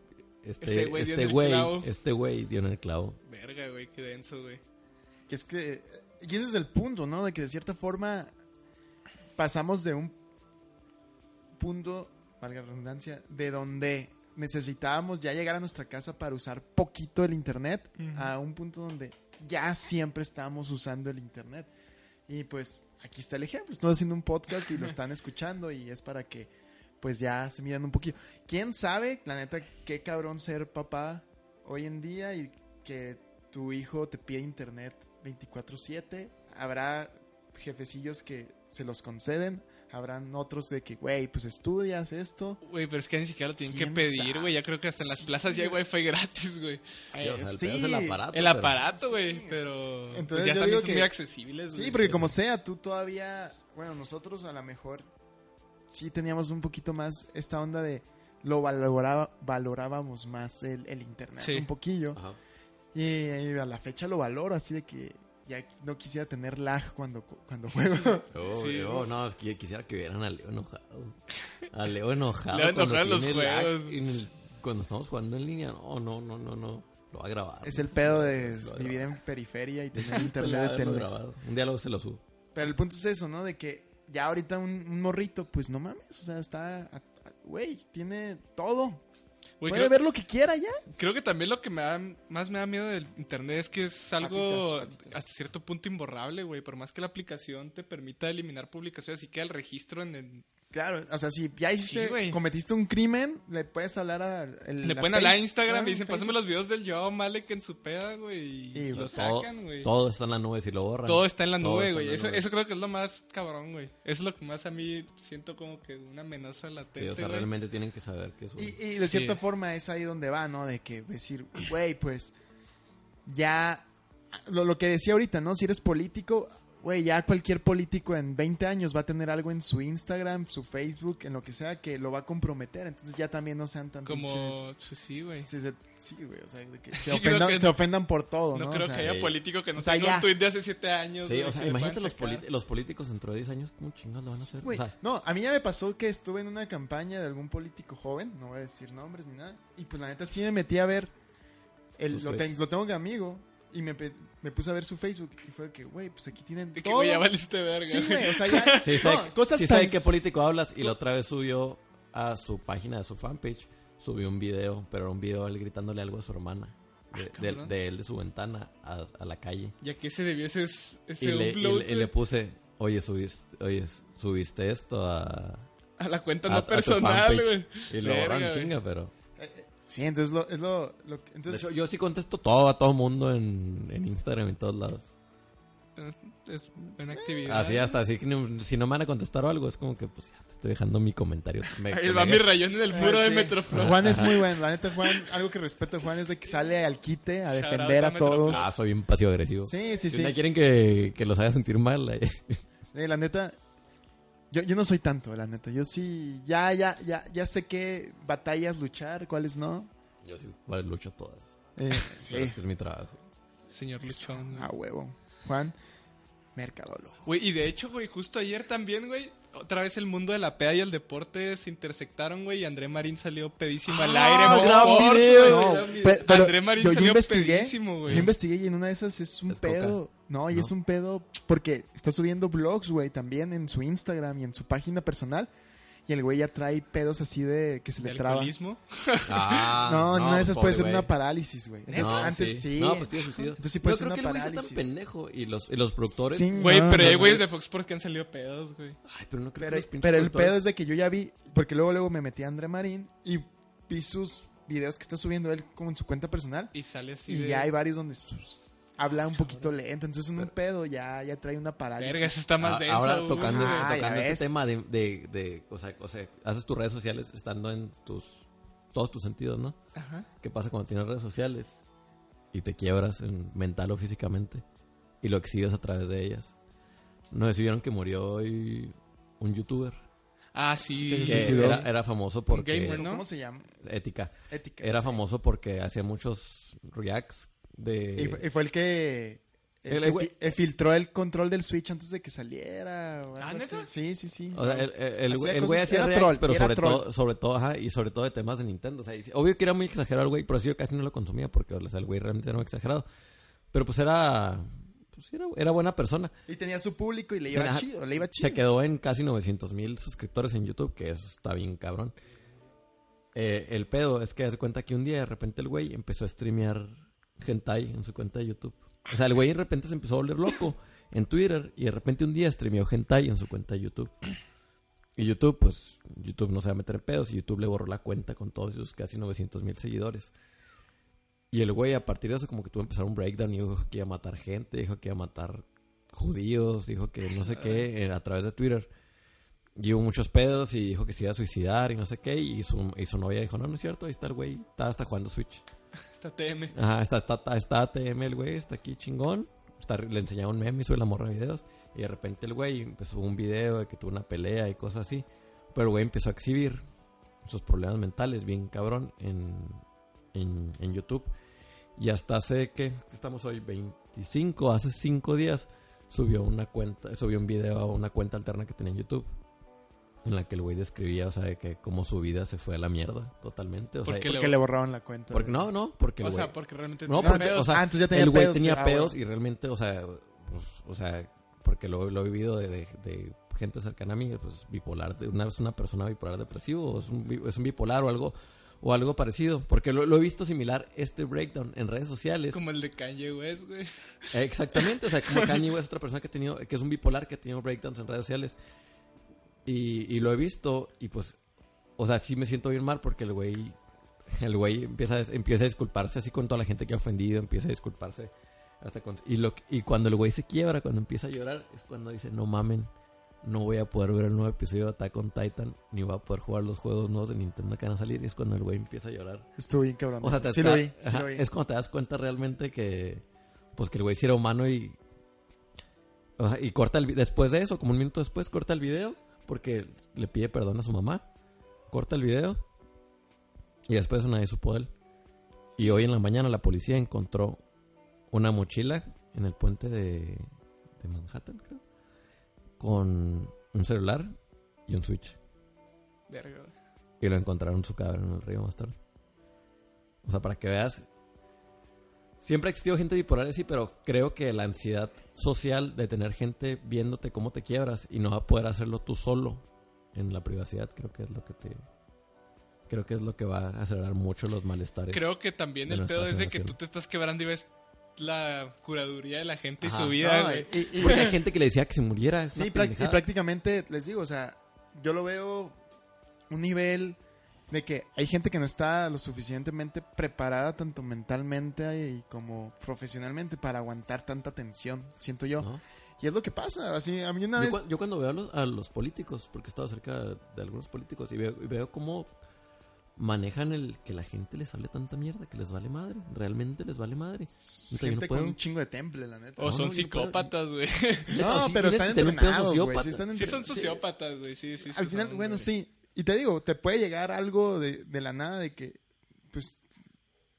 S1: Ese
S2: este
S1: güey dio en
S2: este
S1: el
S2: güey
S1: clavo.
S2: este güey dio en el clavo.
S1: Verga, güey, qué denso, güey.
S3: Que es que. Y ese es el punto, ¿no? De que de cierta forma pasamos de un punto, valga la redundancia, de donde necesitábamos ya llegar a nuestra casa para usar poquito el internet, a un punto donde ya siempre estábamos usando el internet. Y pues aquí está el ejemplo. Estoy haciendo un podcast y lo están escuchando y es para que pues ya se miran un poquito. ¿Quién sabe, la neta, qué cabrón ser papá hoy en día y que tu hijo te pide internet 24/7? Habrá jefecillos que se los conceden, habrán otros de que, güey, pues estudias esto.
S1: Güey, pero es que ni siquiera lo tienen que
S3: ¿Quién
S1: pedir,
S3: sabe?
S1: güey. Ya creo que hasta en las
S3: Sí,
S1: plazas ya hay
S3: güey.
S1: wifi gratis, güey.
S2: Sí, o sea, el
S3: Sí.
S2: pedo es el aparato.
S1: Eh, El
S2: pero-
S1: aparato, güey, pero pues,
S3: Entonces
S1: ya
S3: yo
S1: también
S3: digo
S1: son
S3: que-
S1: muy accesibles,
S3: Sí,
S1: güey.
S3: porque como sea, tú todavía, bueno, nosotros a lo mejor sí teníamos un poquito más esta onda de lo valoraba, valorábamos más el, el internet
S1: Sí.
S3: un poquillo.
S2: Ajá.
S3: Y, y a la fecha lo valoro, así de que ya no quisiera tener lag cuando, cuando juego.
S2: Oh,
S1: Sí.
S2: oh, no, es que yo quisiera que vieran a Leo enojado. A Leo enojado.
S1: Leo
S2: cuando
S1: enojado en los
S2: tiene lag
S1: juegos.
S2: en el- cuando estamos jugando en línea, no, no, no, no, no. Lo va a grabar.
S3: es el pedo de
S2: Lo va a
S3: vivir
S2: grabar.
S3: en periferia y tener
S2: Lo va a
S3: internet de
S2: haberlo
S3: Telmex.
S2: grabado. Un día luego se lo subo.
S3: Pero el punto es eso, ¿no? De que ya ahorita un, un morrito, pues no mames, o sea, está... a- a- Güey, tiene todo.
S1: Güey,
S3: Puede
S1: creo,
S3: ver lo que quiera ya.
S1: creo que también lo que me da, más me da miedo del internet es que es algo
S3: Patitas, patitas.
S1: hasta cierto punto imborrable, güey. Por más que la aplicación te permita eliminar publicaciones y queda el registro en el...
S3: Claro, o sea, si ya hiciste,
S1: Sí, güey.
S3: cometiste un crimen, le puedes hablar a... el-
S1: Le
S3: la
S1: ponen hablar a
S3: Face,
S1: Instagram
S3: claro,
S1: y dicen,
S3: Facebook.
S1: pásame los videos del Joao Malek en su peda, güey.
S3: Y,
S1: Y lo
S3: güey,
S2: Todo,
S1: sacan, güey. Todo,
S2: todo está en la nube si lo borran.
S1: está en la
S2: Todo
S1: nube,
S2: está en
S1: güey.
S2: la
S1: Eso,
S2: nube.
S1: eso creo que es lo más cabrón, güey. Eso es lo que más a mí siento como que una amenaza
S2: Sí,
S1: latente,
S2: o sea,
S1: güey.
S2: realmente tienen que saber que es un-
S3: Y, y de
S1: Sí.
S3: cierta forma es ahí donde va, ¿no? De que decir, güey, pues ya lo, lo que decía ahorita, ¿no? Si eres político, güey, ya cualquier político en 20 años va a tener algo en su Instagram, su Facebook, en lo que sea, que lo va a comprometer. Entonces ya también no sean tan
S1: Como...
S3: pinches-
S1: pues sí, güey.
S3: Sí, se- sí, güey, o sea, de
S1: *laughs*
S3: que se,
S1: Sí, creo
S3: ofendan,
S1: que
S3: se
S1: no-
S3: ofendan por todo, ¿no?
S1: No, creo
S3: O sea,
S1: que haya
S2: sí.
S1: político que no
S3: O sea,
S1: tenga
S3: ya.
S1: un tuit de hace siete años.
S2: Sí,
S1: güey,
S2: o sea,
S1: que le
S2: imagínate
S1: puedan
S2: los,
S1: sacar.
S2: politi- los políticos dentro de 10 años, ¿cómo chingados lo van a hacer?
S3: Güey,
S2: O sea,
S3: no, a mí ya me pasó que estuve en una campaña de algún político joven, no voy a decir nombres ni nada, y pues la neta sí me metí a ver, el,
S2: Sus
S3: lo,
S2: tweets.
S3: ten- lo tengo que amigo, y me, pe- me puse a ver su Facebook, y fue que, güey, pues aquí tienen
S1: De que,
S3: todo.
S1: güey, ya valiste verga.
S3: sí,
S1: güey. *laughs*
S3: güey, o sea, ya,
S2: *laughs* sí,
S3: no,
S2: sabe,
S3: cosas
S2: sí
S3: tan-
S2: sabe qué político hablas y la otra vez subió a su página de su fanpage, subió un video, pero era un video él gritándole algo a su hermana, de, de-
S1: Ah, cabrón.
S2: de él de su ventana a, a la calle.
S1: ¿Y a qué se debió ese, ese
S2: Y le, y
S1: upload,
S2: le- y le puse, oye, subiste, oye, subiste esto a...
S1: güey? A la cuenta
S2: a-
S1: no
S2: a tu
S1: personal,
S2: fanpage".
S1: güey.
S2: Y lo
S1: Verga,
S2: borraron
S1: güey.
S2: chinga, pero...
S3: Sí, entonces lo, es lo, lo que-
S2: De
S3: entonces,
S2: hecho, yo sí contesto todo a todo mundo en, en Instagram y en todos lados.
S1: Es buena actividad.
S2: Así hasta, así que ni- si no me van a contestar o algo, es como que pues ya te estoy dejando
S3: *laughs*
S2: mi comentario. Me-
S1: Ahí
S2: me-
S1: va mi rayón en el muro
S3: Ah,
S1: de
S3: sí.
S2: *laughs*
S1: Metroflor.
S3: Juan es muy bueno, la neta Juan, algo que respeto a Juan es de que sale al quite a
S1: Shout out
S3: defender
S1: a
S3: a todos.
S2: Ah, soy un pasivo agresivo.
S3: Sí, sí,
S2: Si un
S3: sí.
S2: día quieren que, que los haga sentir mal, *laughs* ahí-
S3: Eh, la neta, yo, yo no soy tanto, la neta. Yo sí, ya, ya, ya, ya sé qué batallas luchar, cuáles no.
S2: yo sí, vale, lucho todas.
S1: *laughs*
S3: Eh,
S2: Pero
S3: sí,
S2: es que es
S3: *laughs*
S2: mi trabajo.
S1: Señor Luchón.
S3: a huevo. Juan, mercadólogo.
S1: Güey, y de hecho, güey, justo ayer también, güey, otra vez el mundo de la peda y el deporte se intersectaron, güey, y André Marín salió pedísimo al aire. en Fox
S3: Ah, gran
S1: Sports,
S3: video.
S1: güey.
S3: No, pe- pero
S1: André Marín
S3: yo, yo
S1: salió
S3: investigué,
S1: pedísimo,
S3: yo
S1: güey.
S3: investigué y en una de esas es un
S2: Es coca.
S3: pedo. No, y
S2: No.
S3: es un pedo porque está subiendo blogs, güey, también en su Instagram y en su página personal. Y el güey ya trae pedos así de que se le
S1: De
S3: traba.
S1: alcoholismo.
S2: Ah,
S3: No, en una de esas
S2: pobre
S3: puede ser
S2: güey.
S3: una parálisis, güey. Entonces,
S2: No,
S3: antes sí.
S2: sí. No, pues tiene sentido.
S3: Entonces sí
S2: Yo
S3: puede ser
S2: creo
S3: una
S2: que el güey está tan
S3: parálisis.
S2: pendejo y los, y los productores...
S3: Sí,
S1: Güey,
S3: Mm. no,
S1: pero
S3: no,
S1: hay
S3: no.
S1: güeyes de Fox Sports que han salido pedos, güey.
S2: Ay, pero no creo
S3: Pero,
S2: que los pinches
S3: pero el pedo es
S2: productores-
S3: de que yo ya vi, porque luego luego me metí a André Marín y vi sus videos que está subiendo él como en su cuenta personal
S1: Y sale así.
S3: y
S1: de...
S3: ya hay varios donde sus- habla un poquito lento, entonces un pedo ya, ya trae una parálisis.
S1: Verga, eso está más
S2: Ah,
S1: denso.
S2: Ahora
S1: güey.
S2: tocando,
S3: Ajá, ya
S2: tocando este
S3: ves.
S2: tema de, de, de- o, sea, o sea, haces tus redes sociales estando en tus todos tus sentidos, ¿no?
S1: Ajá.
S2: ¿Qué pasa cuando tienes redes sociales y te quiebras en- mental o físicamente y lo exhibes a través de ellas? No sé si vieron que murió hoy un youtuber
S1: Ah, sí.
S3: Que se
S2: que
S3: suicidó.
S2: era, era famoso porque
S1: gamer, ¿no?
S3: ¿Cómo se llama?
S2: ética.
S3: Ética.
S2: Era famoso porque hacía muchos reacts de
S3: y, fue, y fue el que el
S2: El
S3: que
S2: güey-
S3: fi- eh, filtró el control del Switch antes de que saliera. o
S1: ¿Ah,
S3: algo
S1: neta?
S3: así. Sí, sí, sí.
S2: O sea, el, el- el
S3: Hacía
S2: güey- el
S3: cosas-
S2: güey hacía
S3: era
S2: reacts,
S3: troll,
S2: pero
S3: era
S2: sobre
S3: troll.
S2: todo, sobre todo, ajá, y sobre todo de temas de Nintendo. O sea, y- obvio que era muy exagerado el güey, pero sí yo casi no lo consumía porque o sea, el güey realmente era muy exagerado. Pero pues era. Pues era, era buena persona.
S3: Y tenía su público y le iba
S2: Ajá.
S3: chido, le iba chido.
S2: Se quedó en casi 900 mil suscriptores en YouTube, que eso está bien cabrón. Eh, el pedo es que hace cuenta que un día de repente el güey empezó a streamear hentai en su cuenta de YouTube. O sea, el güey de repente se empezó a volver loco en Twitter y de repente un día streameó hentai en su cuenta de YouTube. Y YouTube, pues, YouTube no se va a meter en pedos y YouTube le borró la cuenta con todos sus casi 900 mil seguidores. Y el güey a partir de eso como que tuvo que empezar un breakdown y dijo que iba a matar gente, dijo que iba a matar judíos, dijo que no sé qué, eh, a través de Twitter. Y hubo muchos pedos y dijo que se iba a suicidar y no sé qué. Y su, y su novia dijo, no, no es cierto, ahí está el güey, está hasta jugando Switch.
S1: Está TM.
S2: Ajá, está, está, está, está ATM el güey, está aquí chingón. Está, le enseñaba un meme y sube la morra de videos. Y de repente el güey empezó un video de que tuvo una pelea y cosas así. Pero el güey empezó a exhibir sus problemas mentales bien cabrón en, en, en YouTube. Y hasta hace que estamos hoy 25, hace 5 días subió una cuenta, subió un video a una cuenta alterna que tenía en YouTube en la que el güey describía, o sea, de que como su vida se fue a la mierda totalmente, o sea, porque,
S1: Porque le-
S3: Porque le borraron la cuenta.
S2: no, no, porque el
S1: O
S2: güey
S1: sea, porque realmente
S2: no,
S1: tenía
S2: porque,
S1: pedos.
S2: o sea,
S3: Ah, entonces ya tenía
S2: el güey
S3: pedos,
S2: tenía
S3: ah,
S2: pedos
S3: bueno.
S2: y realmente, o sea, pues, o sea, porque lo, lo he vivido de, de- de gente cercana a mí, pues bipolar, de una es una persona bipolar depresivo, o es un, bi- es un bipolar o algo o algo parecido, porque lo, lo he visto similar este breakdown en redes sociales.
S1: como el de Kanye West, güey.
S2: Exactamente, o sea, como Kanye West es otra persona que ha tenido, que es un bipolar que ha tenido breakdowns en redes sociales. Y, y lo he visto y pues, o sea, sí me siento bien mal porque el güey, el güey empieza, a des- empieza a disculparse así con toda la gente que ha ofendido, empieza a disculparse. Hasta con- y, lo, que- y cuando el güey se quiebra, cuando empieza a llorar, es cuando dice, no mamen, no voy a poder ver el nuevo episodio de Attack on Titan, ni voy a poder jugar los juegos nuevos de Nintendo que van a salir. Y es cuando el güey empieza a llorar.
S3: Estuvo bien cabrón.
S2: O sea, te-
S3: sí
S2: te-
S3: lo vi, sí
S2: ajá,
S3: lo vi.
S2: es cuando te das cuenta realmente que pues que el güey sí era humano y o sea, y corta el vi- después de eso, como un minuto después corta el video porque le pide perdón a su mamá. Corta el video y después nadie supo de él. Y hoy en la mañana la policía encontró una mochila en el puente de, de Manhattan, creo, con un celular y un switch.
S1: Verga, güey.
S2: Y lo encontraron su cadáver en el río más tarde. O sea, para que veas. Siempre ha existido gente bipolar así, pero creo que la ansiedad social de tener gente viéndote cómo te quiebras y no va a poder hacerlo tú solo en la privacidad, creo que es lo que te. Creo que es lo que va a acelerar mucho los malestares.
S1: Creo que también
S2: de
S1: el
S2: nuestra
S1: pedo es de que
S2: generación.
S1: tú te estás quebrando y ves la curaduría de la gente
S2: Ajá.
S1: y su vida,
S3: No,
S1: güey.
S3: y- y-
S2: Porque hay gente que le decía que se muriera. es una
S3: Sí, prac- y
S2: pendejada.
S3: prácticamente les digo, o sea, yo lo veo un nivel de que hay gente que no está lo suficientemente preparada tanto mentalmente y como profesionalmente para aguantar tanta tensión, siento yo.
S2: ¿No?
S3: Y es lo que pasa, así a mí una
S2: Yo,
S3: vez
S2: cua- yo cuando veo a los, a los políticos, porque he estado cerca de algunos políticos y veo, y veo cómo manejan el que la gente les hable tanta mierda, que les vale madre, realmente les vale madre.
S3: s-
S2: yo no
S3: gente
S2: puedo.
S3: con un chingo de temple, la neta.
S1: O
S2: No,
S1: son
S2: no, yo puedo-
S3: *laughs*
S1: psicópatas, güey.
S3: No,
S2: sí
S3: pero
S2: tienes
S3: están
S2: que tener un pedo
S3: entrenados, güey,
S2: sociópata.
S3: sí están
S1: Sí son
S3: entre- sí.
S1: sociópatas, güey. Sí, sí, sí.
S3: Al final,
S1: son,
S3: bueno,
S1: güey.
S3: sí. Y te digo, te puede llegar algo de, de la nada de que, pues,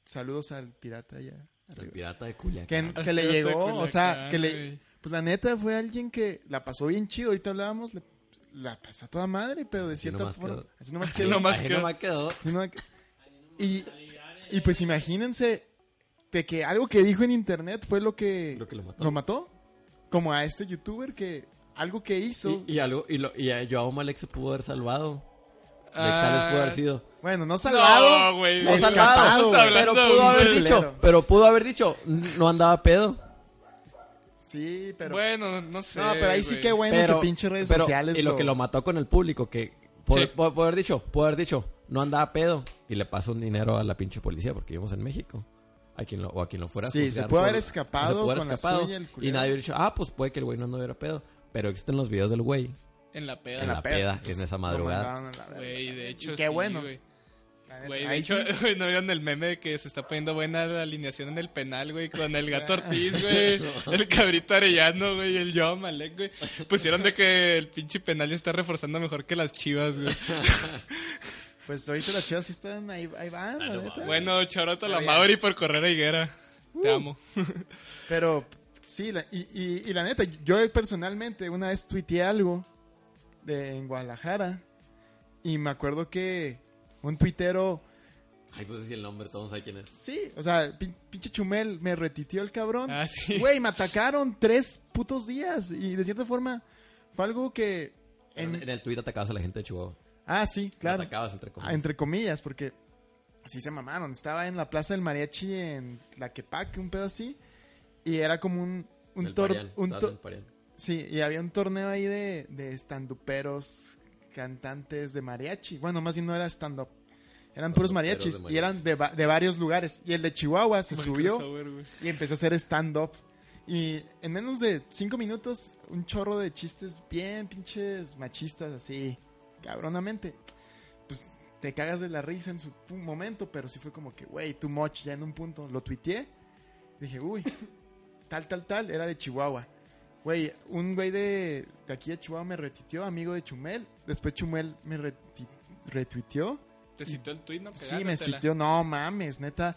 S3: saludos al pirata ya.
S2: El pirata de Culiacán.
S1: *laughs*
S3: Que, que le
S1: Pirata de
S3: llegó, o sea,
S1: Culiacán,
S3: que le...
S1: güey.
S3: Pues la neta fue alguien que la pasó bien chido, ahorita hablábamos, le- la pasó a toda madre, pero de
S2: Así
S3: cierta
S2: nomás
S3: forma...
S2: quedó.
S3: Así nomás
S1: Así
S3: quedó.
S1: nomás
S2: Ahí
S1: que-
S2: nomás quedó.
S3: así nomás que- Y, y pues imagínense de que algo que dijo en internet fue lo que,
S2: Lo que lo mató.
S3: Como a este youtuber que algo que hizo...
S2: Y, y algo, y, lo, y a Joao Malek se pudo haber salvado. De tal vez pudo haber sido.
S3: Bueno, no salvado,
S1: No, güey,
S2: No
S1: Estamos
S3: Ah, escapado, güey.
S2: salvado, pero
S1: hablando de
S2: pudo
S1: un
S2: haber
S3: culero.
S2: dicho, pero pudo haber dicho, no andaba pedo.
S3: Sí, pero...
S1: Bueno, no sé.
S3: no, pero ahí sí
S1: güey.
S3: que bueno
S2: pero,
S3: que pinche redes
S2: pero-
S3: sociales...
S2: Y lo, que lo mató con el público, que
S1: Sí.
S2: puede, puede- puede haber dicho, puede haber dicho, no andaba pedo y le pasó un dinero a la pinche policía porque vivimos en México. A quien lo, o a quien lo fuera. a
S3: Sí, se
S2: juzgar
S3: puede haber escapado
S2: pudo haber
S3: con la suya el
S2: y
S3: culero.
S2: nadie hubiera dicho, ah, pues puede que el güey no anduviera pedo. Pero existen los videos del güey
S1: En la peda.
S2: en la peda, en esa
S3: lo
S2: madrugada.
S3: mandaron a la verga.
S1: Güey, de hecho.
S3: Y qué
S1: sí,
S3: bueno.
S1: güey.
S3: La neta,
S1: Güey, de
S3: ahí
S1: hecho,
S3: sí.
S1: *laughs* güey, no vieron el meme de que se está poniendo buena la alineación en el penal, güey, con el
S2: *laughs*
S1: gato Ortiz, güey, el cabrito arellano, güey, y el Joao Malek, güey. Pusieron de que el pinche penal ya está reforzando mejor que las chivas, güey.
S3: Pues ahorita las chivas sí están ahí, ahí
S1: Ah,
S3: van, la neta.
S1: Bueno, charoto a la
S3: Pero ya. Uh.
S1: Mauri por correr a Higuera. Te amo.
S3: Pero sí, la- y, y- y la neta, yo personalmente una vez tuiteé algo de, en Guadalajara y me acuerdo que un tuitero,
S2: Ay, pues sí, el nombre, todos saben quién es.
S3: sí, o sea, pin- pinche chumel, me retitió el cabrón.
S1: Ah, sí.
S3: Güey, me atacaron tres putos días y de cierta forma fue algo que... en-
S2: En, el tweet atacabas a la gente de Chihuahua.
S3: ah, sí, claro.
S2: Atacabas entre comillas.
S3: Ah, entre comillas, porque así se mamaron. Estaba en la Plaza del Mariachi en Tlaquepaque, un pedo así. Y era como un, un,
S2: Del
S3: tor-
S2: Parián,
S3: un
S2: estabas
S3: to-
S2: en el Parián.
S3: Sí, y había un torneo ahí de, de estanduperos, cantantes de mariachi. Bueno, más bien no era stand-up. Eran puros
S2: Estanduperos
S3: mariachis
S2: de
S3: y eran de, va- de varios lugares. Y el de Chihuahua se subió
S1: Crossover, güey.
S3: y empezó a hacer stand-up. Y en menos de cinco minutos, un chorro de chistes bien pinches machistas, así, cabronamente. Pues te cagas de la risa en su pu- momento, pero sí fue como que, wey, too much, ya en un punto. Lo tuiteé, dije, uy, tal, tal, tal, era de Chihuahua. Güey, un güey de, de aquí de Chihuahua me retuiteó, amigo de Chumel. Después Chumel me reti- retuiteó.
S1: Te citó el tweet, ¿no?
S3: Sí, me
S1: Pegándotela.
S3: sintió, no mames, neta.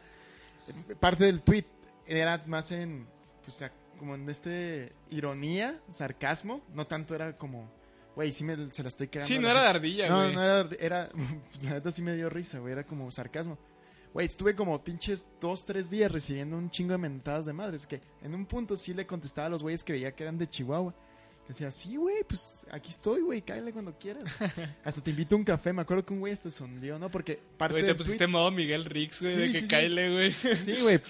S3: Parte del tweet era más en, pues, a- como en este ironía, sarcasmo. No tanto era como, güey, sí me, se la estoy quedando.
S1: Sí,
S3: a la
S1: no era de
S3: gente".
S1: ardilla,
S3: No,
S1: güey.
S3: no era, era, *laughs* pues, la neta sí me dio risa, güey, era como sarcasmo. Güey, estuve como pinches dos, tres días recibiendo un chingo de mentadas de madres. Que en un punto sí le contestaba a los güeyes que veía que eran de Chihuahua. Decía, sí, güey, pues aquí estoy, güey, cállale cuando
S1: *laughs*
S3: quieras. Hasta te invito a un café. Me acuerdo que un güey hasta sonrió, ¿no? Porque parte
S1: Güey, te
S3: del
S1: pusiste
S3: tweet-
S1: modo Miguel Rix, güey,
S3: Sí,
S1: de que
S3: sí, sí.
S1: cáele, güey. *laughs*
S3: Sí, güey.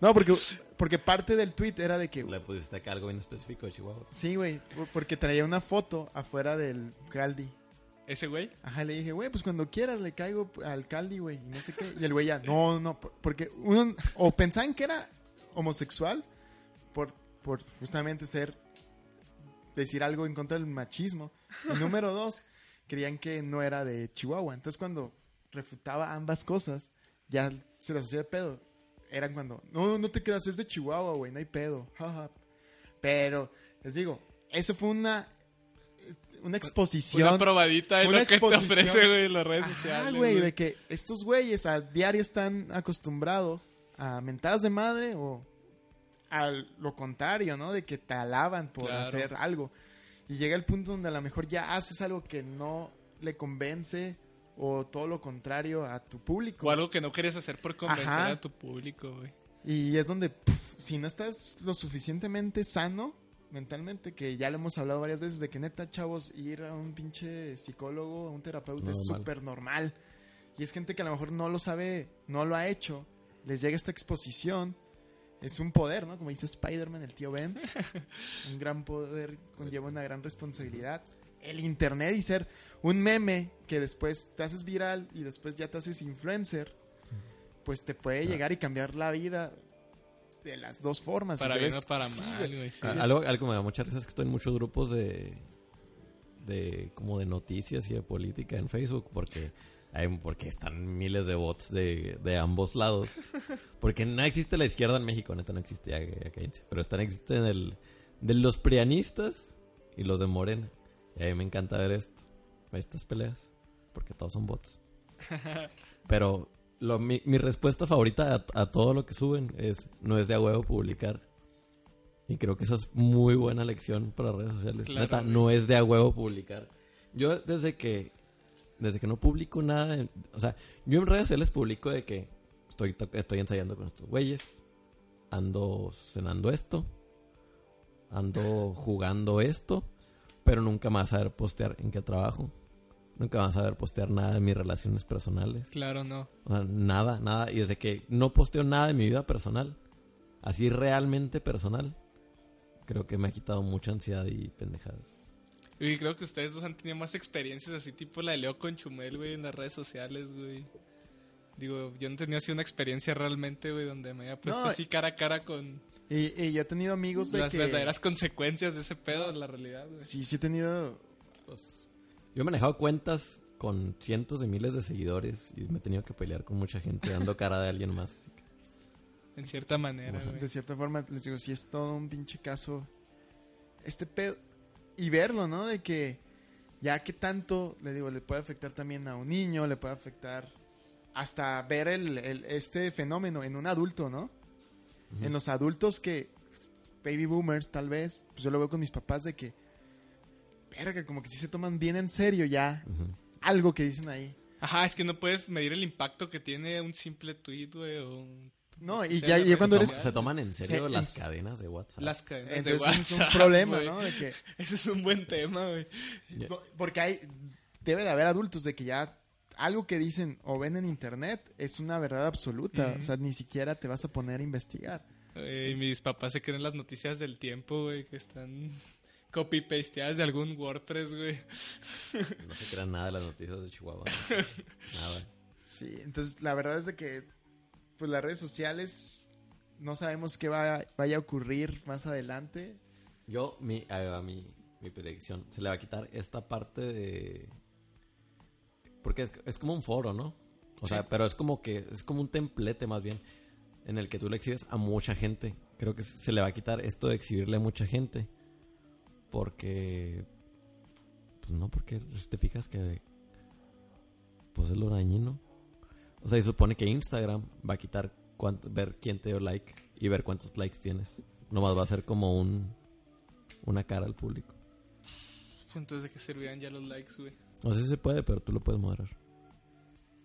S3: No, porque, porque parte del tweet era de que.
S2: Le pusiste acá algo bien específico de Chihuahua.
S3: Sí, güey. Porque traía una foto afuera del Caldi.
S1: Ese güey.
S3: Ajá, le dije, güey, pues cuando quieras le caigo al Caldi, güey. Y no sé qué. Y el güey ya, no, no. por- Porque uno. O pensaban que era homosexual por, por justamente ser. Decir algo en contra del machismo. Y número dos, creían que no era de Chihuahua. Entonces cuando refutaba ambas cosas, ya se las hacía de pedo. Eran cuando, no, no te creas, es de Chihuahua, güey, no hay pedo. jaja". Pero, les digo, eso fue una, una exposición.
S1: Una probadita de
S3: Una
S1: lo que te
S3: exposición.
S1: ofrece, güey, en las redes
S3: Ajá,
S1: sociales.
S3: güey, de que estos güeyes a diario están acostumbrados a mentadas de madre o a lo contrario, ¿no? De que te alaban por
S1: Claro.
S3: hacer algo. Y llega el punto donde a lo mejor ya haces algo que no le convence o todo lo contrario a tu público.
S1: O algo que no quieres hacer por convencer
S3: Ajá.
S1: a tu público, güey.
S3: Y es donde, pf, si no estás lo suficientemente sano mentalmente, que ya lo hemos hablado varias veces, de que neta, chavos, ir a un pinche psicólogo, a un terapeuta es
S2: Normal.
S3: súper normal. Y es gente que a lo mejor no lo sabe, no lo ha hecho, les llega esta exposición. Es un poder, ¿no? Como dice Spider-Man, el tío
S1: *laughs*
S3: Ben. Un gran poder conlleva una gran responsabilidad. El internet y ser un meme que después te haces viral y después ya te haces influencer, pues te puede llegar y cambiar la vida de las dos formas.
S1: Para bien o
S3: Entonces,
S1: para
S3: sí,
S1: mal,
S3: güey.
S1: güey. sí.
S2: A- Algo, algo que me da mucha risa es que estoy en muchos grupos de, de como de noticias y de política en Facebook porque hay, porque están miles de bots de, de ambos lados. Porque no existe la izquierda en México, neta, no existe, ya, ya cállense. Pero están existen el, de los prianistas y los de Morena. Y a mí me encanta ver esto, estas peleas, porque todos son bots. Pero lo- mi, mi respuesta favorita a, a todo lo que suben es, no es de a huevo publicar. Y creo que esa es muy buena lección para redes sociales.
S1: Claro,
S2: Neta,
S1: güey.
S2: no es de a huevo publicar. Yo desde que desde que no publico nada, de- o sea, yo en redes sociales publico de que estoy to- estoy ensayando con estos güeyes, ando cenando esto, ando jugando esto, pero nunca más saber postear en qué trabajo. Nunca más saber postear nada de mis relaciones personales.
S1: Claro, no.
S2: O sea, nada, nada. Y desde que no posteo nada de mi vida personal, así realmente personal, creo que me ha quitado mucha ansiedad y pendejadas.
S1: Y creo que ustedes dos han tenido más experiencias así, tipo la de Leo con Chumel, güey, en las redes sociales, güey. Digo, yo no tenía así una experiencia realmente, güey, donde me había puesto
S3: No,
S1: así cara a cara con
S3: Y, y yo he tenido amigos de
S1: las
S3: que...
S1: verdaderas consecuencias de ese pedo en la realidad, güey.
S3: Sí, sí he tenido...
S2: Yo he manejado cuentas con cientos de miles de seguidores y me he tenido que pelear con mucha gente dando cara de alguien más. Así que,
S1: En cierta manera, güey.
S3: De cierta forma, les digo, si es todo un pinche caso. Este pedo. Y verlo, ¿no? De que ya que tanto, le digo, le puede afectar también a un niño, le puede afectar hasta ver el, el- este fenómeno en un adulto, ¿no? En los adultos que, baby boomers tal vez, pues yo lo veo con mis papás de que, verga, como que sí se toman bien en serio ya
S2: ujú.
S3: algo que dicen ahí.
S1: Ajá, es que no puedes medir el impacto que tiene un simple tweet, güey, o un-
S3: No,
S1: lo que
S3: y
S1: sea
S3: ya-
S1: en
S3: y
S1: las
S3: cuando
S1: redes
S3: eres-
S2: Se
S1: sociales.
S2: toman en serio
S3: Sí,
S2: las
S3: es-
S2: cadenas de WhatsApp.
S1: Las cadenas de *laughs*
S3: Entonces es
S1: WhatsApp,
S3: un problema,
S1: güey.
S3: ¿no? De que,
S1: *laughs* Ese es un buen tema, güey.
S2: Ya.
S3: No, Porque hay, debe de haber adultos de que ya algo que dicen o ven en internet es una verdad absoluta. O sea, ni siquiera te vas a poner a investigar.
S1: Eh, mis papás se creen las noticias del tiempo, güey, que están *laughs* copy-pasteadas de algún WordPress, güey.
S2: No se crean nada de las noticias de
S3: *laughs*
S2: Chihuahua. nada.
S3: Sí, entonces la verdad es de que pues las redes sociales no sabemos qué va- vaya a ocurrir más adelante.
S2: Yo, mi, ahí va mi, mi predicción. Se le va a quitar esta parte de. Porque es, es como un foro, ¿no? O sea, pero es como que. Es como un templete más bien. En el que tú le exhibes a mucha gente. Creo que se le va a quitar esto de exhibirle a mucha gente. Porque. Pues no, porque te fijas que. Pues es lo dañino. O sea, y supone que Instagram va a quitar cuánto- ver quién te dio like y ver cuántos likes tienes. Nomás va a ser como un. Una cara al público.
S1: Entonces, ¿de qué servían ya los likes, güey?
S2: No sé si se puede, pero tú lo puedes moderar.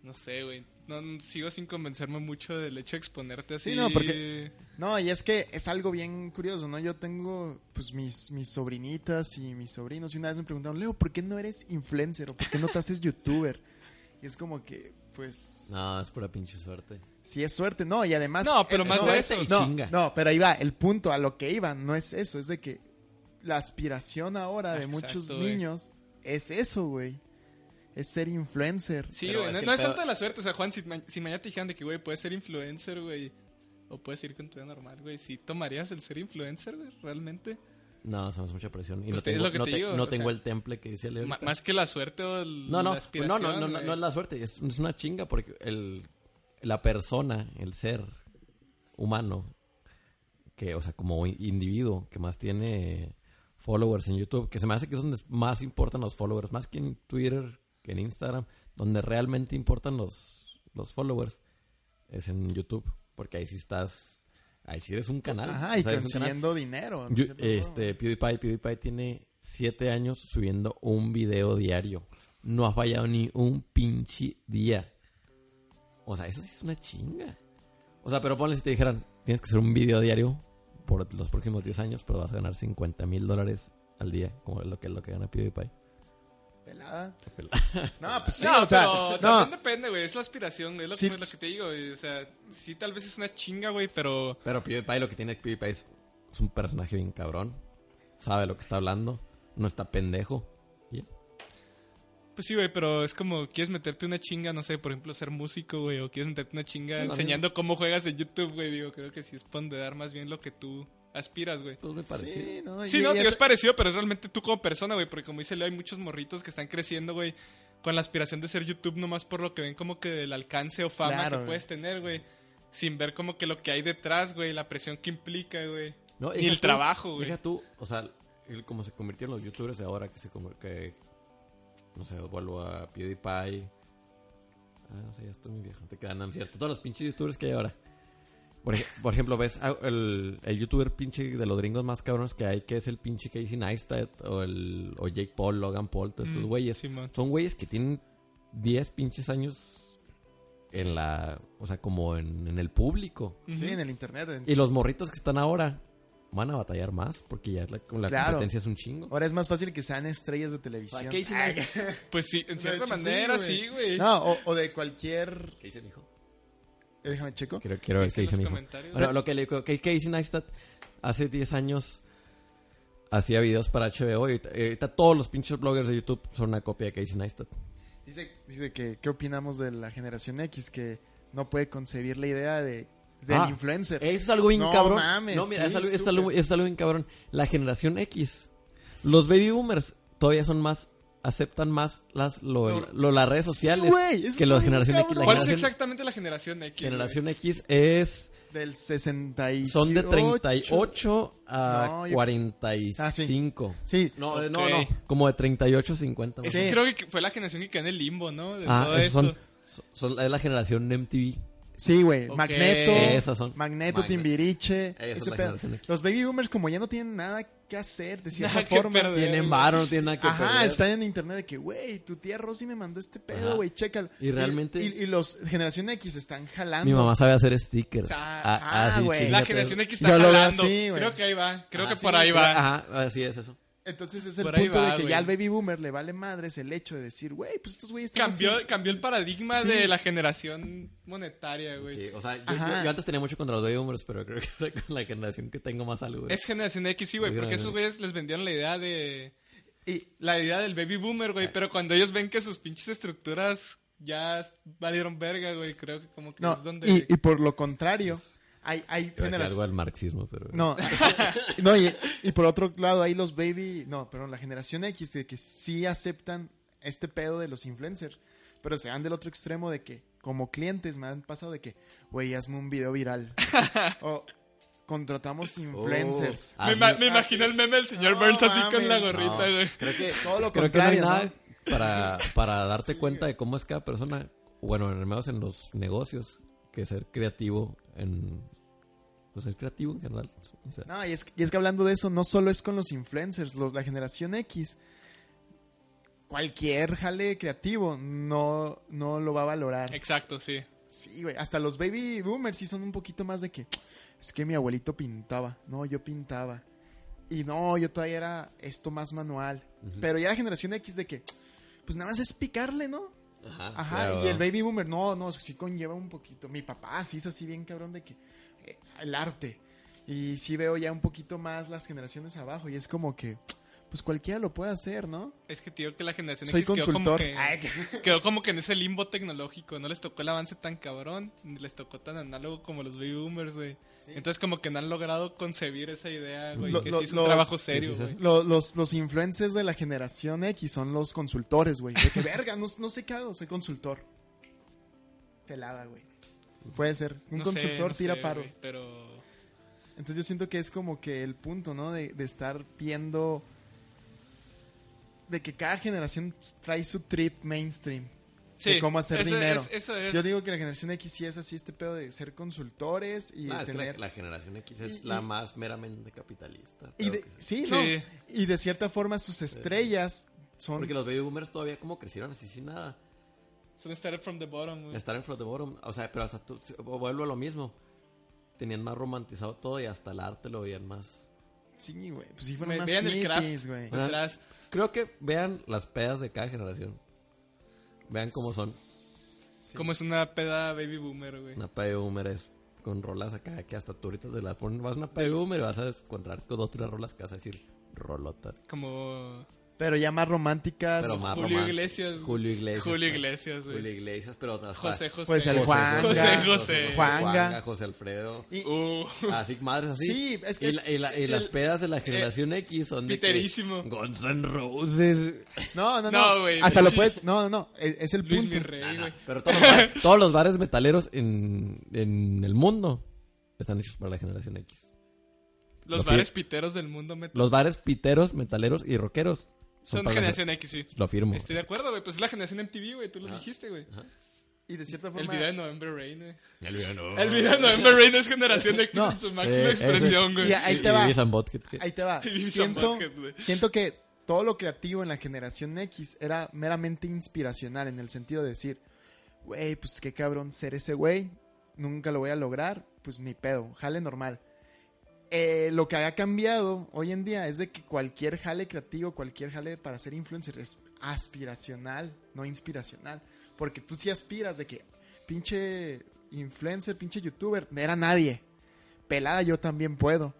S1: No sé, güey. No, n- sigo sin convencerme mucho del hecho de exponerte así.
S3: Sí, no, porque- No, y es que es algo bien curioso, ¿no? Yo tengo, pues, mis, mis sobrinitas y mis sobrinos. Y una vez me preguntaron, Leo, ¿por qué no eres influencer? ¿O por qué no te haces youtuber? Y es como que, pues,
S2: No, es pura pinche suerte.
S3: si es suerte, no. Y además...
S1: No, pero
S3: eh,
S1: más de eso.
S2: y
S3: No,
S2: chinga.
S3: no, pero ahí va, el punto a lo que iba, no es eso, es de que la aspiración ahora de
S1: Ah,
S3: muchos
S1: exacto, güey.
S3: niños es eso, güey. Es ser influencer.
S1: Sí,
S2: Pero
S1: güey.
S2: es
S1: No,
S2: que
S1: no
S2: el
S1: es
S2: pedo-
S1: tanto de la suerte. O sea, Juan, si, ma- si mañana te dijeran de que, güey, puedes ser influencer, güey. O puedes ir con tu vida normal, güey. Si tomarías el ser influencer, güey, realmente.
S2: No, hacemos mucha presión. Y
S1: Pues
S2: no
S1: te- es
S2: tengo,
S1: lo que
S2: no
S1: te
S2: te-
S1: digo,
S2: no
S1: o
S2: tengo
S1: sea.
S2: el temple que dice Leo.
S1: Ma-
S2: ahorita.
S1: más que la suerte o el-
S2: No, no,
S1: la
S2: no,
S1: aspiración.
S2: no, no, no,
S1: güey.
S2: no es la suerte, es, es una chinga porque el, la persona, el ser humano, que, o sea, como in- individuo que más tiene followers en YouTube, que se me hace que es donde más importan los followers, más que en Twitter, que en Instagram, donde realmente importan los, los followers, es en YouTube, porque ahí sí estás, ahí sí eres un canal.
S3: Ajá, y
S2: o sea, eres un canal.
S3: consiguiendo dinero. de
S2: Yo-
S3: cierto modo.
S2: este, PewDiePie, PewDiePie tiene siete años subiendo un video diario. No ha fallado ni un pinche día. O sea, eso sí es una chinga. O sea, pero ponle si te dijeran, tienes que hacer un video diario por los próximos 10 años, pero vas a ganar 50 mil dólares al día, como es lo que es lo que gana PewDiePie.
S3: Pelada.
S2: Pelada.
S3: No, pues sí,
S1: No,
S3: o sea,
S1: pero
S3: no.
S1: también depende, güey. Es la aspiración, güey. Es lo,
S3: Sí,
S1: es lo que te digo, güey. O sea, sí, tal vez es una chinga, güey, pero.
S2: Pero PewDiePie, lo que tiene PewDiePie es, es un personaje bien cabrón. Sabe lo que está hablando. No está pendejo. Y ya.
S1: Pues sí, güey, pero es como, quieres meterte una chinga, no sé, por ejemplo, ser músico, güey, o quieres meterte una chinga
S2: No, no,
S1: enseñando cómo juegas en YouTube, güey, digo, creo que sí es ponderar más bien lo que tú aspiras, güey.
S2: Pues me pareció.
S3: Sí, no,
S1: Sí,
S3: y-
S1: no,
S3: y
S1: tío,
S3: es-
S1: es parecido, pero es realmente tú como persona, güey, porque como dice Leo, hay muchos morritos que están creciendo, güey, con la aspiración de ser YouTube nomás por lo que ven como que el alcance o fama
S3: Claro,
S1: que
S3: güey.
S1: puedes tener, güey, sin ver como que lo que hay detrás, güey, la presión que implica, güey.
S2: No,
S1: Ni
S2: deja
S1: el trabajo, güey.
S2: Deja tú, o sea, el- como se convirtieron los youtubers de ahora, que se conv- que no sé, vuelvo a PewDiePie. Ah, no sé, ya estoy muy viejo, no te quedan, no, no es cierto. Todos los pinches youtubers que hay ahora. Por, ej- por ejemplo, ves ah, el, el youtuber pinche de los gringos más cabrones que hay, que es el pinche Casey Neistat o, el, o Jake Paul, Logan Paul, todos estos
S1: Mm,
S2: güeyes.
S1: Simón.
S2: Son güeyes que tienen 10 pinches años en la. O sea, como en, en el público.
S3: Sí, en el internet. en-
S2: Y los morritos que están ahora van a batallar más porque ya la, la
S3: Claro.
S2: competencia es un chingo.
S3: Ahora es más fácil que sean estrellas de televisión. *laughs*
S2: ¿Qué hice,
S3: Ay,
S1: Pues sí, en
S3: o sea,
S1: cierta
S3: de hecho,
S1: manera, sí, güey.
S3: No, o, o de cualquier...
S2: ¿Qué hice, mijo?
S3: eh, Déjame checo.
S2: Quiero, quiero ver
S1: Dice
S2: qué
S1: en
S2: dice
S1: los
S2: mi hijo.
S1: comentarios.
S2: Bueno, lo que le digo, que Casey Neistat hace 10 años hacía videos para HBO y ahorita, y ahorita todos los pinches bloggers de YouTube son una copia de Casey Neistat.
S3: Dice, dice que, ¿qué opinamos de la generación X? Que no puede concebir la idea de, del
S2: Ah,
S3: influencer.
S2: Eso es algo bien
S3: No
S2: cabrón.
S3: mames,
S2: no, mira,
S3: sí,
S2: es, algo, es,
S3: súper.
S2: algo, es algo bien cabrón. La generación X, los baby boomers todavía son más, aceptan más las, lo, lo- las redes sociales
S3: güey, eso
S2: que la
S3: está bien
S2: generación X. La
S3: cabrón.
S1: ¿Cuál es
S2: generación-
S1: exactamente la generación X? güey?
S2: Generación X es.
S3: Del 68.
S2: Son de 38 a
S3: No, yo-
S2: 45.
S3: Sí,
S2: Ah, No, eh,
S1: Ok.
S2: no, no. Como de 38 a 50. más
S1: Es
S2: o
S1: que
S3: Sí.
S1: creo que fue la generación que quedó en el limbo, ¿no? De
S2: menos. Ah,
S1: todo
S2: esos
S1: esto.
S2: son, son- son- Es la generación MTV.
S3: sí, güey.
S1: Ok.
S3: Magneto.
S2: Esas son.
S3: Magneto,
S2: Magneto.
S3: Timbiriche.
S2: Esa es
S3: ese
S2: la
S3: pedo.
S2: generación X.
S3: Los baby boomers, como ya no tienen nada que hacer, de cierta
S1: Nada que
S3: forma.
S1: perder.
S2: Tienen varo, no tienen nada que
S3: Ajá,
S2: perder.
S3: están en internet de que, güey, tu tía Rosy me mandó este
S2: Ajá.
S3: pedo, güey, chécalo.
S2: Y realmente-
S3: Y, y los Generación X están jalando.
S2: Mi mamá sabe hacer stickers.
S1: Ah,
S2: Ah, ah, sí,
S3: güey.
S2: chingate.
S1: La generación X
S3: Yo
S1: está
S3: lo veo
S1: jalando.
S3: así, güey. Ah,
S1: creo que ahí va. Creo
S2: Ajá,
S1: que
S2: Ah, sí,
S1: por ahí va.
S2: Ajá, así es eso.
S3: Entonces es el
S1: Por ahí
S3: punto
S1: va,
S3: de que
S1: güey.
S3: ya el baby boomer le vale madres el hecho de decir, güey, pues estos güeyes están
S1: Cambió,
S3: haciendo-
S1: cambió el paradigma
S3: Sí.
S1: de la generación monetaria, güey.
S2: Sí, o sea, yo,
S3: Ajá.
S2: yo- yo antes tenía mucho contra los baby boomers, pero creo que ahora con la generación que tengo más algo. güey.
S1: Es generación X, sí, güey,
S2: Muy
S1: porque
S2: grande.
S1: esos güeyes les vendieron la idea de...
S3: Y,
S1: La idea del baby boomer,
S2: Ah.
S1: güey, pero cuando ellos ven que sus pinches estructuras ya valieron verga, güey, creo que como que
S3: no,
S1: es donde... Pues,
S3: y, y por lo contrario, hay, hay
S2: Iba a decir
S3: genera-
S2: algo al marxismo, pero.
S3: No, *laughs* no y, y por otro lado, hay los baby. No, perdón, la generación X de que sí aceptan este pedo de los influencers. Pero se van del otro extremo
S1: *laughs*
S3: de que, como clientes, me han pasado de que, güey, hazme un video viral. o
S2: Oh.
S3: Contratamos influencers.
S2: Ah,
S1: me,
S2: hazme-
S1: ma- me imagino el meme del señor
S3: Ah, No
S1: Burns así
S3: mames.
S1: con la
S2: No,
S1: gorrita, güey.
S2: creo que
S3: Todo lo
S2: creo que no hay
S3: contrario,
S2: nada
S3: ¿no?
S2: para, para darte cuenta de cómo es cada persona, bueno, al menos en los negocios, que ser creativo en... pues, ser creativo en general. o sea,
S3: No, y es, y es que hablando de eso, no solo es con los influencers, los, la generación X. Cualquier jale creativo no, no lo va a valorar.
S1: Exacto, sí.
S3: Sí, güey. Hasta los baby boomers sí son un poquito más de que. Es que mi abuelito pintaba. No, yo pintaba. Y no, yo todavía era esto más manual. Pero ya la generación X de que. Pues nada más es picarle, ¿no? Ajá.
S2: claro.
S3: Y el baby boomer, no, no, sí conlleva un poquito. Mi papá sí es así bien cabrón de que. eh, el arte. Y sí veo ya un poquito más las generaciones abajo. Y es como que. Pues cualquiera lo puede hacer, ¿no?
S1: Es que, tío, que la generación
S3: Soy
S1: X quedó como
S3: consultor.
S2: Ah,
S1: que... *laughs*
S3: Ay,
S1: Quedó como que en ese limbo tecnológico, no les tocó el avance tan cabrón, ni les tocó tan análogo como los baby boomers, güey. Entonces como que no han logrado concebir esa idea, güey,
S3: Lo-
S1: que
S3: lo-
S1: sí es un
S3: los-
S1: trabajo
S2: sí,
S1: serio,
S2: sí, sí.
S1: güey.
S3: *laughs* Lo- los, los influencers de la generación X son los consultores, güey. De que verga, no, no sé qué hago, soy consultor. Pelada, güey. Puede ser. Un
S1: No sé,
S3: consultor
S1: no
S3: tira
S1: sé,
S3: paros.
S1: güey, pero
S3: Entonces yo siento que es como que el punto, ¿no? De, de estar viendo. De que cada generación trae su trip mainstream. de cómo hacer
S1: eso
S3: dinero.
S1: es- eso es.
S3: Yo digo que la generación X sí es así, este pedo de ser consultores y de
S2: Nah, es que la-
S3: tener.
S2: Ah, la, generación X
S3: Y-
S2: es
S3: y-
S2: la más meramente capitalista.
S3: Y
S2: claro
S3: de,
S2: que sí.
S3: sí,
S2: Eh,
S1: Sí.
S3: ¿no? Y de cierta forma sus estrellas son.
S2: Porque los baby boomers todavía como crecieron así sin nada.
S1: Son started from the bottom, güey.
S2: Estar en Front the Bottom, o sea, pero hasta tú, si- vuelvo a lo mismo. Tenían más romantizado todo y hasta el arte lo veían más.
S3: Sí, güey. Pues sí fueron
S1: Me-
S3: más
S1: vean el craft.
S3: hippies, güey.
S2: Ajá.
S1: Atrás.
S2: Creo que vean las pedas de cada generación. Vean cómo son.
S1: Como es una peda baby boomer, güey.
S2: Una peda de boomer es con rolas acá que hasta tú ahorita te las ponen. Vas a una peda de boomer y vas a encontrar con dos tres rolas que vas a decir rolotas.
S1: Como
S3: Pero ya más románticas.
S2: Pero más
S1: Julio
S2: románticas.
S1: Iglesias.
S2: Julio Iglesias.
S1: Julio
S2: pa-
S1: Iglesias, güey.
S2: Julio Iglesias, pero hasta
S1: José José.
S3: Pues el Juanga.
S1: José José.
S3: Juanga.
S2: Juanga, José Alfredo.
S1: Uh,
S2: Así, madres así.
S3: Sí, es que
S2: Y, la- y la- y las
S1: el-
S2: pedas de la generación X son de. que
S1: Eh, Piterísimo.
S2: Guns N' Roses.
S3: No, no, no.
S1: No, güey,
S3: Hasta lo
S1: pinche-
S3: puedes. No, no, no. Es, es el
S1: Luis
S3: punto.
S1: Mirrey, güey.
S2: Pero todos los,
S1: *laughs*
S2: bares, todos los bares metaleros en, en el mundo están hechos para la generación X.
S1: Los
S2: Lo fir-
S1: bares piteros del mundo metal.
S2: Los bares piteros, metaleros y rockeros son
S1: Son
S2: para la
S1: generación X, sí.
S2: gen- Lo afirmo.
S1: Estoy de acuerdo, güey. Pues es la generación MTV, güey. Tú lo dijiste, güey.
S3: Y de cierta
S1: El
S3: forma.
S1: video de November Rain, güey.
S2: El video no.
S1: El video de November Rain es
S2: *laughs*
S1: generación X
S3: No,
S1: en su
S2: sí,
S1: máxima
S2: eh, ese es-
S1: expresión, güey.
S3: y ahí te va. Ahí te va.
S1: Y
S3: Siento,
S1: Sam Bucket, güey.
S3: siento que todo lo creativo en la generación X era meramente inspiracional en el sentido de decir, güey, pues qué cabrón ser ese güey, nunca lo voy a lograr, pues ni pedo, jale normal. Eh, lo que ha cambiado hoy en día es de que cualquier jale creativo, cualquier jale para ser influencer es aspiracional, no inspiracional. Porque tú sí aspiras de que pinche influencer, pinche youtuber, no era nadie. Pelada yo también puedo.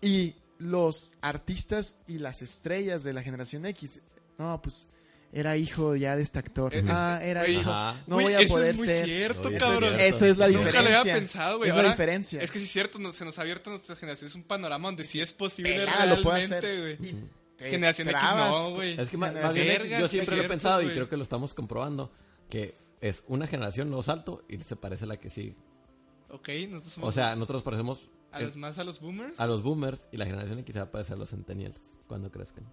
S3: Y los artistas y las estrellas de la generación X, no, pues era hijo ya de este actor.
S1: Eh,
S3: ah,
S1: eh,
S3: era
S1: güey,
S3: hijo.
S2: Ajá.
S3: No
S1: Güey,
S3: voy a
S1: eso
S3: poder
S1: es muy
S3: ser.
S1: cierto,
S2: Oye,
S1: cabrón.
S2: es
S1: Es,
S2: cierto.
S3: Esa es la
S1: Nunca
S3: diferencia.
S1: lo había pensado, güey.
S3: Es la
S1: Ahora-
S3: diferencia.
S1: que sí es cierto, no- se nos ha abierto a nuestra generación. Es un panorama donde sí es posible
S3: Pelada lo puede hacer.
S1: realmente, güey.
S3: Y te
S1: Generación X
S3: trabas.
S1: no, güey.
S2: Es que más,
S3: Generación
S2: más bien
S1: Verga,
S2: yo
S1: sí es
S2: siempre lo he
S1: cierto,
S2: pensado y
S1: güey.
S2: creo que lo estamos comprobando. Que es una generación, no salto, y se parece a la que sigue.
S1: Ok, nosotros somos
S2: O sea, nosotros parecemos
S1: a los más a los boomers.
S2: a los boomers y la generación X se va a parecer a los centennials cuando crezcan.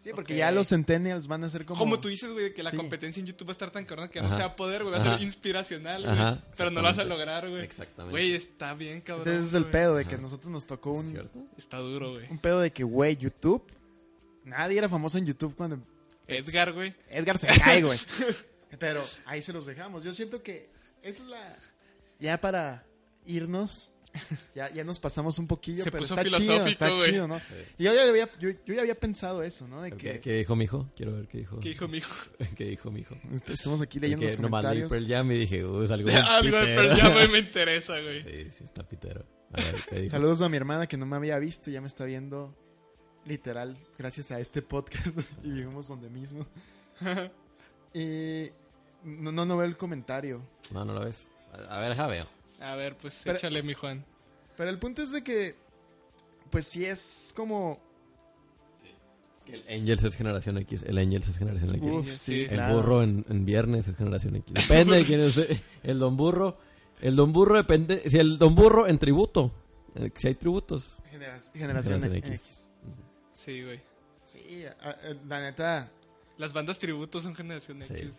S3: Sí, porque
S1: Ok.
S3: ya los centennials van a ser como.
S1: como... tú dices, güey, que la
S3: Sí.
S1: competencia en YouTube va a estar tan cabrona que no
S2: Ajá.
S1: se va a poder, güey. Va a ser
S2: Ajá.
S1: inspiracional,
S2: Ajá,
S1: güey. Pero no lo vas a
S2: exactamente.
S1: lograr, güey.
S2: Exactamente.
S1: Güey, está bien, cabrón.
S3: Entonces es el
S1: güey.
S3: pedo de que a nosotros nos tocó
S2: ¿Es
S3: un,
S2: ¿Cierto?
S1: Está duro, güey.
S3: un pedo de que, güey, YouTube. Nadie era famoso en YouTube cuando
S1: Edgar, güey.
S3: Edgar se cae, güey. *laughs* Pero ahí se los dejamos. Yo siento que esa es la. Ya para irnos. Ya, ya nos pasamos un poquillo,
S1: Se
S3: pero
S1: puso
S3: está chido,
S1: filosófico,
S3: está
S1: güey.
S3: chido, ¿no? Y Yo ya, le había, yo, yo ya había pensado eso, ¿no? De
S2: ¿Qué,
S3: que
S2: qué dijo mi hijo? Quiero ver qué dijo.
S1: ¿Qué dijo mi hijo?
S2: *laughs* ¿Qué dijo mi hijo?
S3: est- estamos aquí leyendo
S2: que
S3: los
S2: nomás leí
S3: comentarios.
S2: Pearl Jam y dije, uh,
S1: *laughs*
S2: es algo bien
S1: Algo de
S2: pitero.
S1: Ah,
S2: *laughs*
S1: Pearl Jam, güey, me interesa, güey.
S2: Sí, sí, está pitero. A ver, ¿qué dijo?
S3: Saludos a mi hermana que no me había visto y ya me está viendo literal gracias a este podcast *laughs* y vivimos donde
S1: *laughs*
S3: mismo. y no, no, no veo el comentario.
S2: No, no lo ves. A, a ver, Javeo.
S1: A ver, pues
S3: Pero-
S1: échale, mi Juan.
S3: Pero el punto es de que, pues sí es como...
S2: El Angels es generación X. El Angels es generación X.
S3: Uf, sí,
S1: El
S2: el
S3: claro.
S2: burro en, en viernes es generación X. eh, Depende de quién es. El don burro. El don burro depende. Si el don burro en tributo Eh, Si hay tributos.
S3: Generas- generación,
S2: Generación
S3: X.
S2: X.
S1: Sí, güey.
S3: Sí, a- a- la neta,
S1: Las bandas tributos son generación
S2: Sí.
S1: X.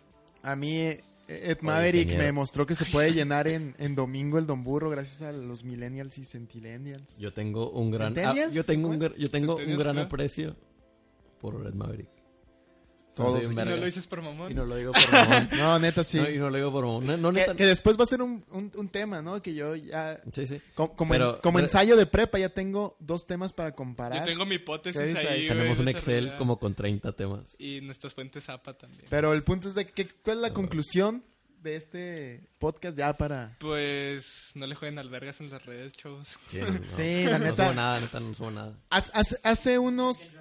S3: a mí eh, Ed Maverick
S2: ingeniero.
S3: me demostró que se puede llenar en, en domingo el Don Burro gracias a los millennials y centillennials.
S2: Yo tengo un gran. ah,
S3: ¿Centennials?
S2: yo tengo un,
S3: ¿Cómo es?
S2: gr- yo tengo un
S1: ¿Centennials,
S2: gran
S1: claro?
S2: aprecio por Red Maverick.
S3: Todos.
S2: Soy un
S3: Y
S1: Y no
S2: verga.
S1: lo dices por mamón.
S2: Y no lo digo por mamón.
S3: No, neta, *laughs* sí. Eh,
S2: No, y no lo digo por mamón. No, no,
S3: que,
S2: neta-
S3: que después va a ser un, un- un tema, ¿no? Que yo ya...
S2: Sí, sí.
S3: Como, como
S2: Pero-
S3: en- como
S2: pero-
S3: ensayo de prepa ya tengo dos temas para
S1: Yo
S3: comparar.
S1: tengo mi hipótesis
S3: ¿Qué dices
S1: ahí.
S3: ahí?
S1: güey,
S2: Tenemos un Excel
S1: desarrollada.
S2: como con 30 temas.
S1: Y nuestras fuentes APA también.
S3: Pero el punto es de que, cuál
S2: Ah,
S3: es la conclusión de este podcast ya para...
S1: Pues no le jueguen albergas en las redes, chavos.
S2: Sí, no.
S3: Sí, la
S2: No
S3: neta.
S2: subo nada, neta, no subo nada.
S3: Hace, hace- hace unos...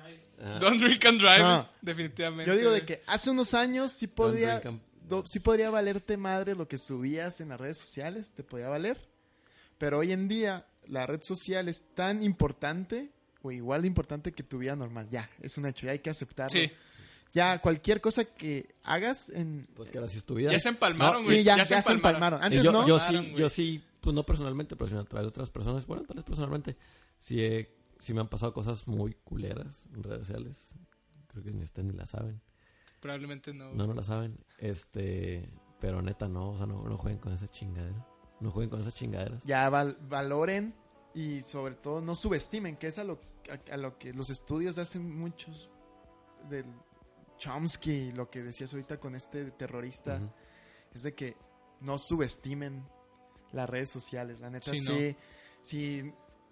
S2: Ah,
S1: Don't drink and drive,
S3: No.
S1: definitivamente.
S3: Yo digo de
S1: güey.
S3: que hace unos años sí podía...
S2: Don't drink and-
S3: do- sí podría valerte madre lo que subías en las redes sociales, te podía valer. Pero hoy en día la red social es tan importante o igual de importante que tu vida normal. Ya, es un hecho, ya hay que aceptarlo.
S1: Sí,
S3: Ya cualquier cosa que hagas en...
S2: pues que así es tu vida.
S1: ya se empalmaron,
S2: No,
S1: güey.
S3: sí, ya,
S1: ya se
S3: ya se
S1: empalmaron.
S3: empalmaron. Ah. Antes
S2: yo,
S3: no.
S2: yo
S1: Claro,
S2: sí,
S1: güey.
S2: yo sí, pues no personalmente, pero sí a través de otras personas. Bueno, tal vez personalmente. Sí, eh, sí me han pasado cosas muy culeras en redes sociales. Creo que ni ustedes ni la saben.
S1: Probablemente no. güey.
S2: No, no la saben. Este, pero neta, no. O sea, no, no jueguen con esa chingadera. No jueguen con esas chingaderas.
S3: ya val- valoren y sobre todo no subestimen, que es a lo, a, a lo que los estudios hacen muchos del Chomsky, lo que decías ahorita con este terrorista,
S2: Ujú.
S3: es de que no subestimen las redes sociales, la neta
S1: Sí,
S3: sí, sí,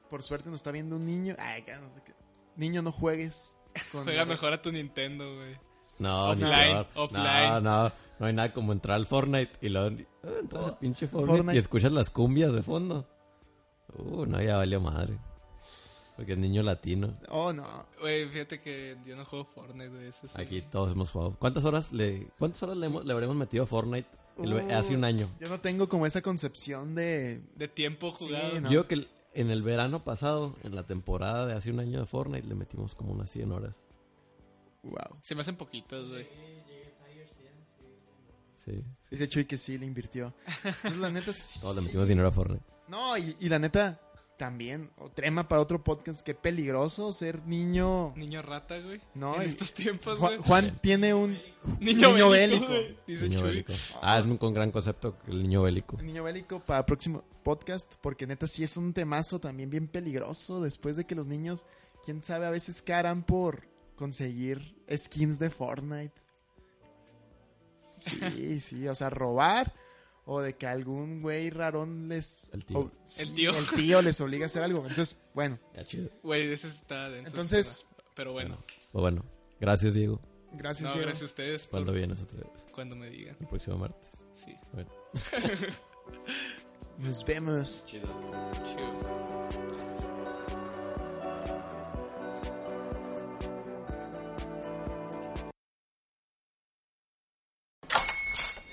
S3: por suerte nos está viendo un niño, ay, que no sé qué. niño no juegues con
S1: Juega
S3: la red-
S1: mejor a tu Nintendo, güey.
S2: No, ni
S1: Offline,
S2: peor. No,
S1: offline.
S2: no, no hay nada como entrar al Fortnite y luego ah, entras al pinche Fortnite,
S3: Oh, Fortnite.
S2: y escuchas las cumbias de fondo. Uh, no, ya valió madre. Porque es niño latino.
S3: Oh, no.
S1: Güey, fíjate que yo no juego Fortnite, güey. Eso es un-
S2: Aquí todos hemos jugado. ¿Cuántas horas le, cuántas horas le, hemos- le habremos metido a Fortnite el-
S3: Uh.
S2: hace un año?
S3: Yo no tengo como esa concepción de
S1: De tiempo jugado.
S3: Sí, no.
S2: Yo que el- en el verano pasado, en la temporada de hace un año de Fortnite, le metimos como unas 100 horas.
S3: wow.
S1: Se me hacen poquitas, güey.
S2: Sí. sí,
S3: Dice
S2: sí.
S3: Chuy que sí le invirtió. Entonces, la neta sí-
S2: Todos le
S3: sí.
S2: metimos dinero a Fortnite.
S3: No, y, y la neta, también, o trema para otro podcast, qué peligroso ser niño.
S1: Niño rata, güey.
S3: No,
S1: En
S3: y-
S1: estos tiempos,
S3: Ju-
S1: güey.
S3: Juan, tiene un
S1: Niño,
S3: niño bélico.
S1: bélico. güey, Dice
S2: Niño
S1: Chuy.
S2: bélico. Ah, es un con gran concepto el niño bélico.
S3: un niño bélico para próximo podcast, porque neta sí es un temazo también bien peligroso después de que los niños, quién sabe, a veces caran por conseguir skins de Fortnite. Sí, sí, o sea, robar o de que algún güey rarón les...
S2: El tío.
S3: o- sí,
S1: El tío.
S3: el tío les obliga a hacer algo. Entonces, bueno,
S2: Está chido.
S1: Güey, ese está denso.
S3: Entonces-
S1: está- Pero bueno.
S2: Pues bueno, gracias Diego.
S3: gracias.
S1: no,
S3: Diego.
S1: gracias a ustedes por
S2: Cuando vienes otra vez?
S1: cuando me digan.
S2: El próximo martes.
S1: Sí.
S2: Bueno.
S3: Nos vemos.
S1: Chido.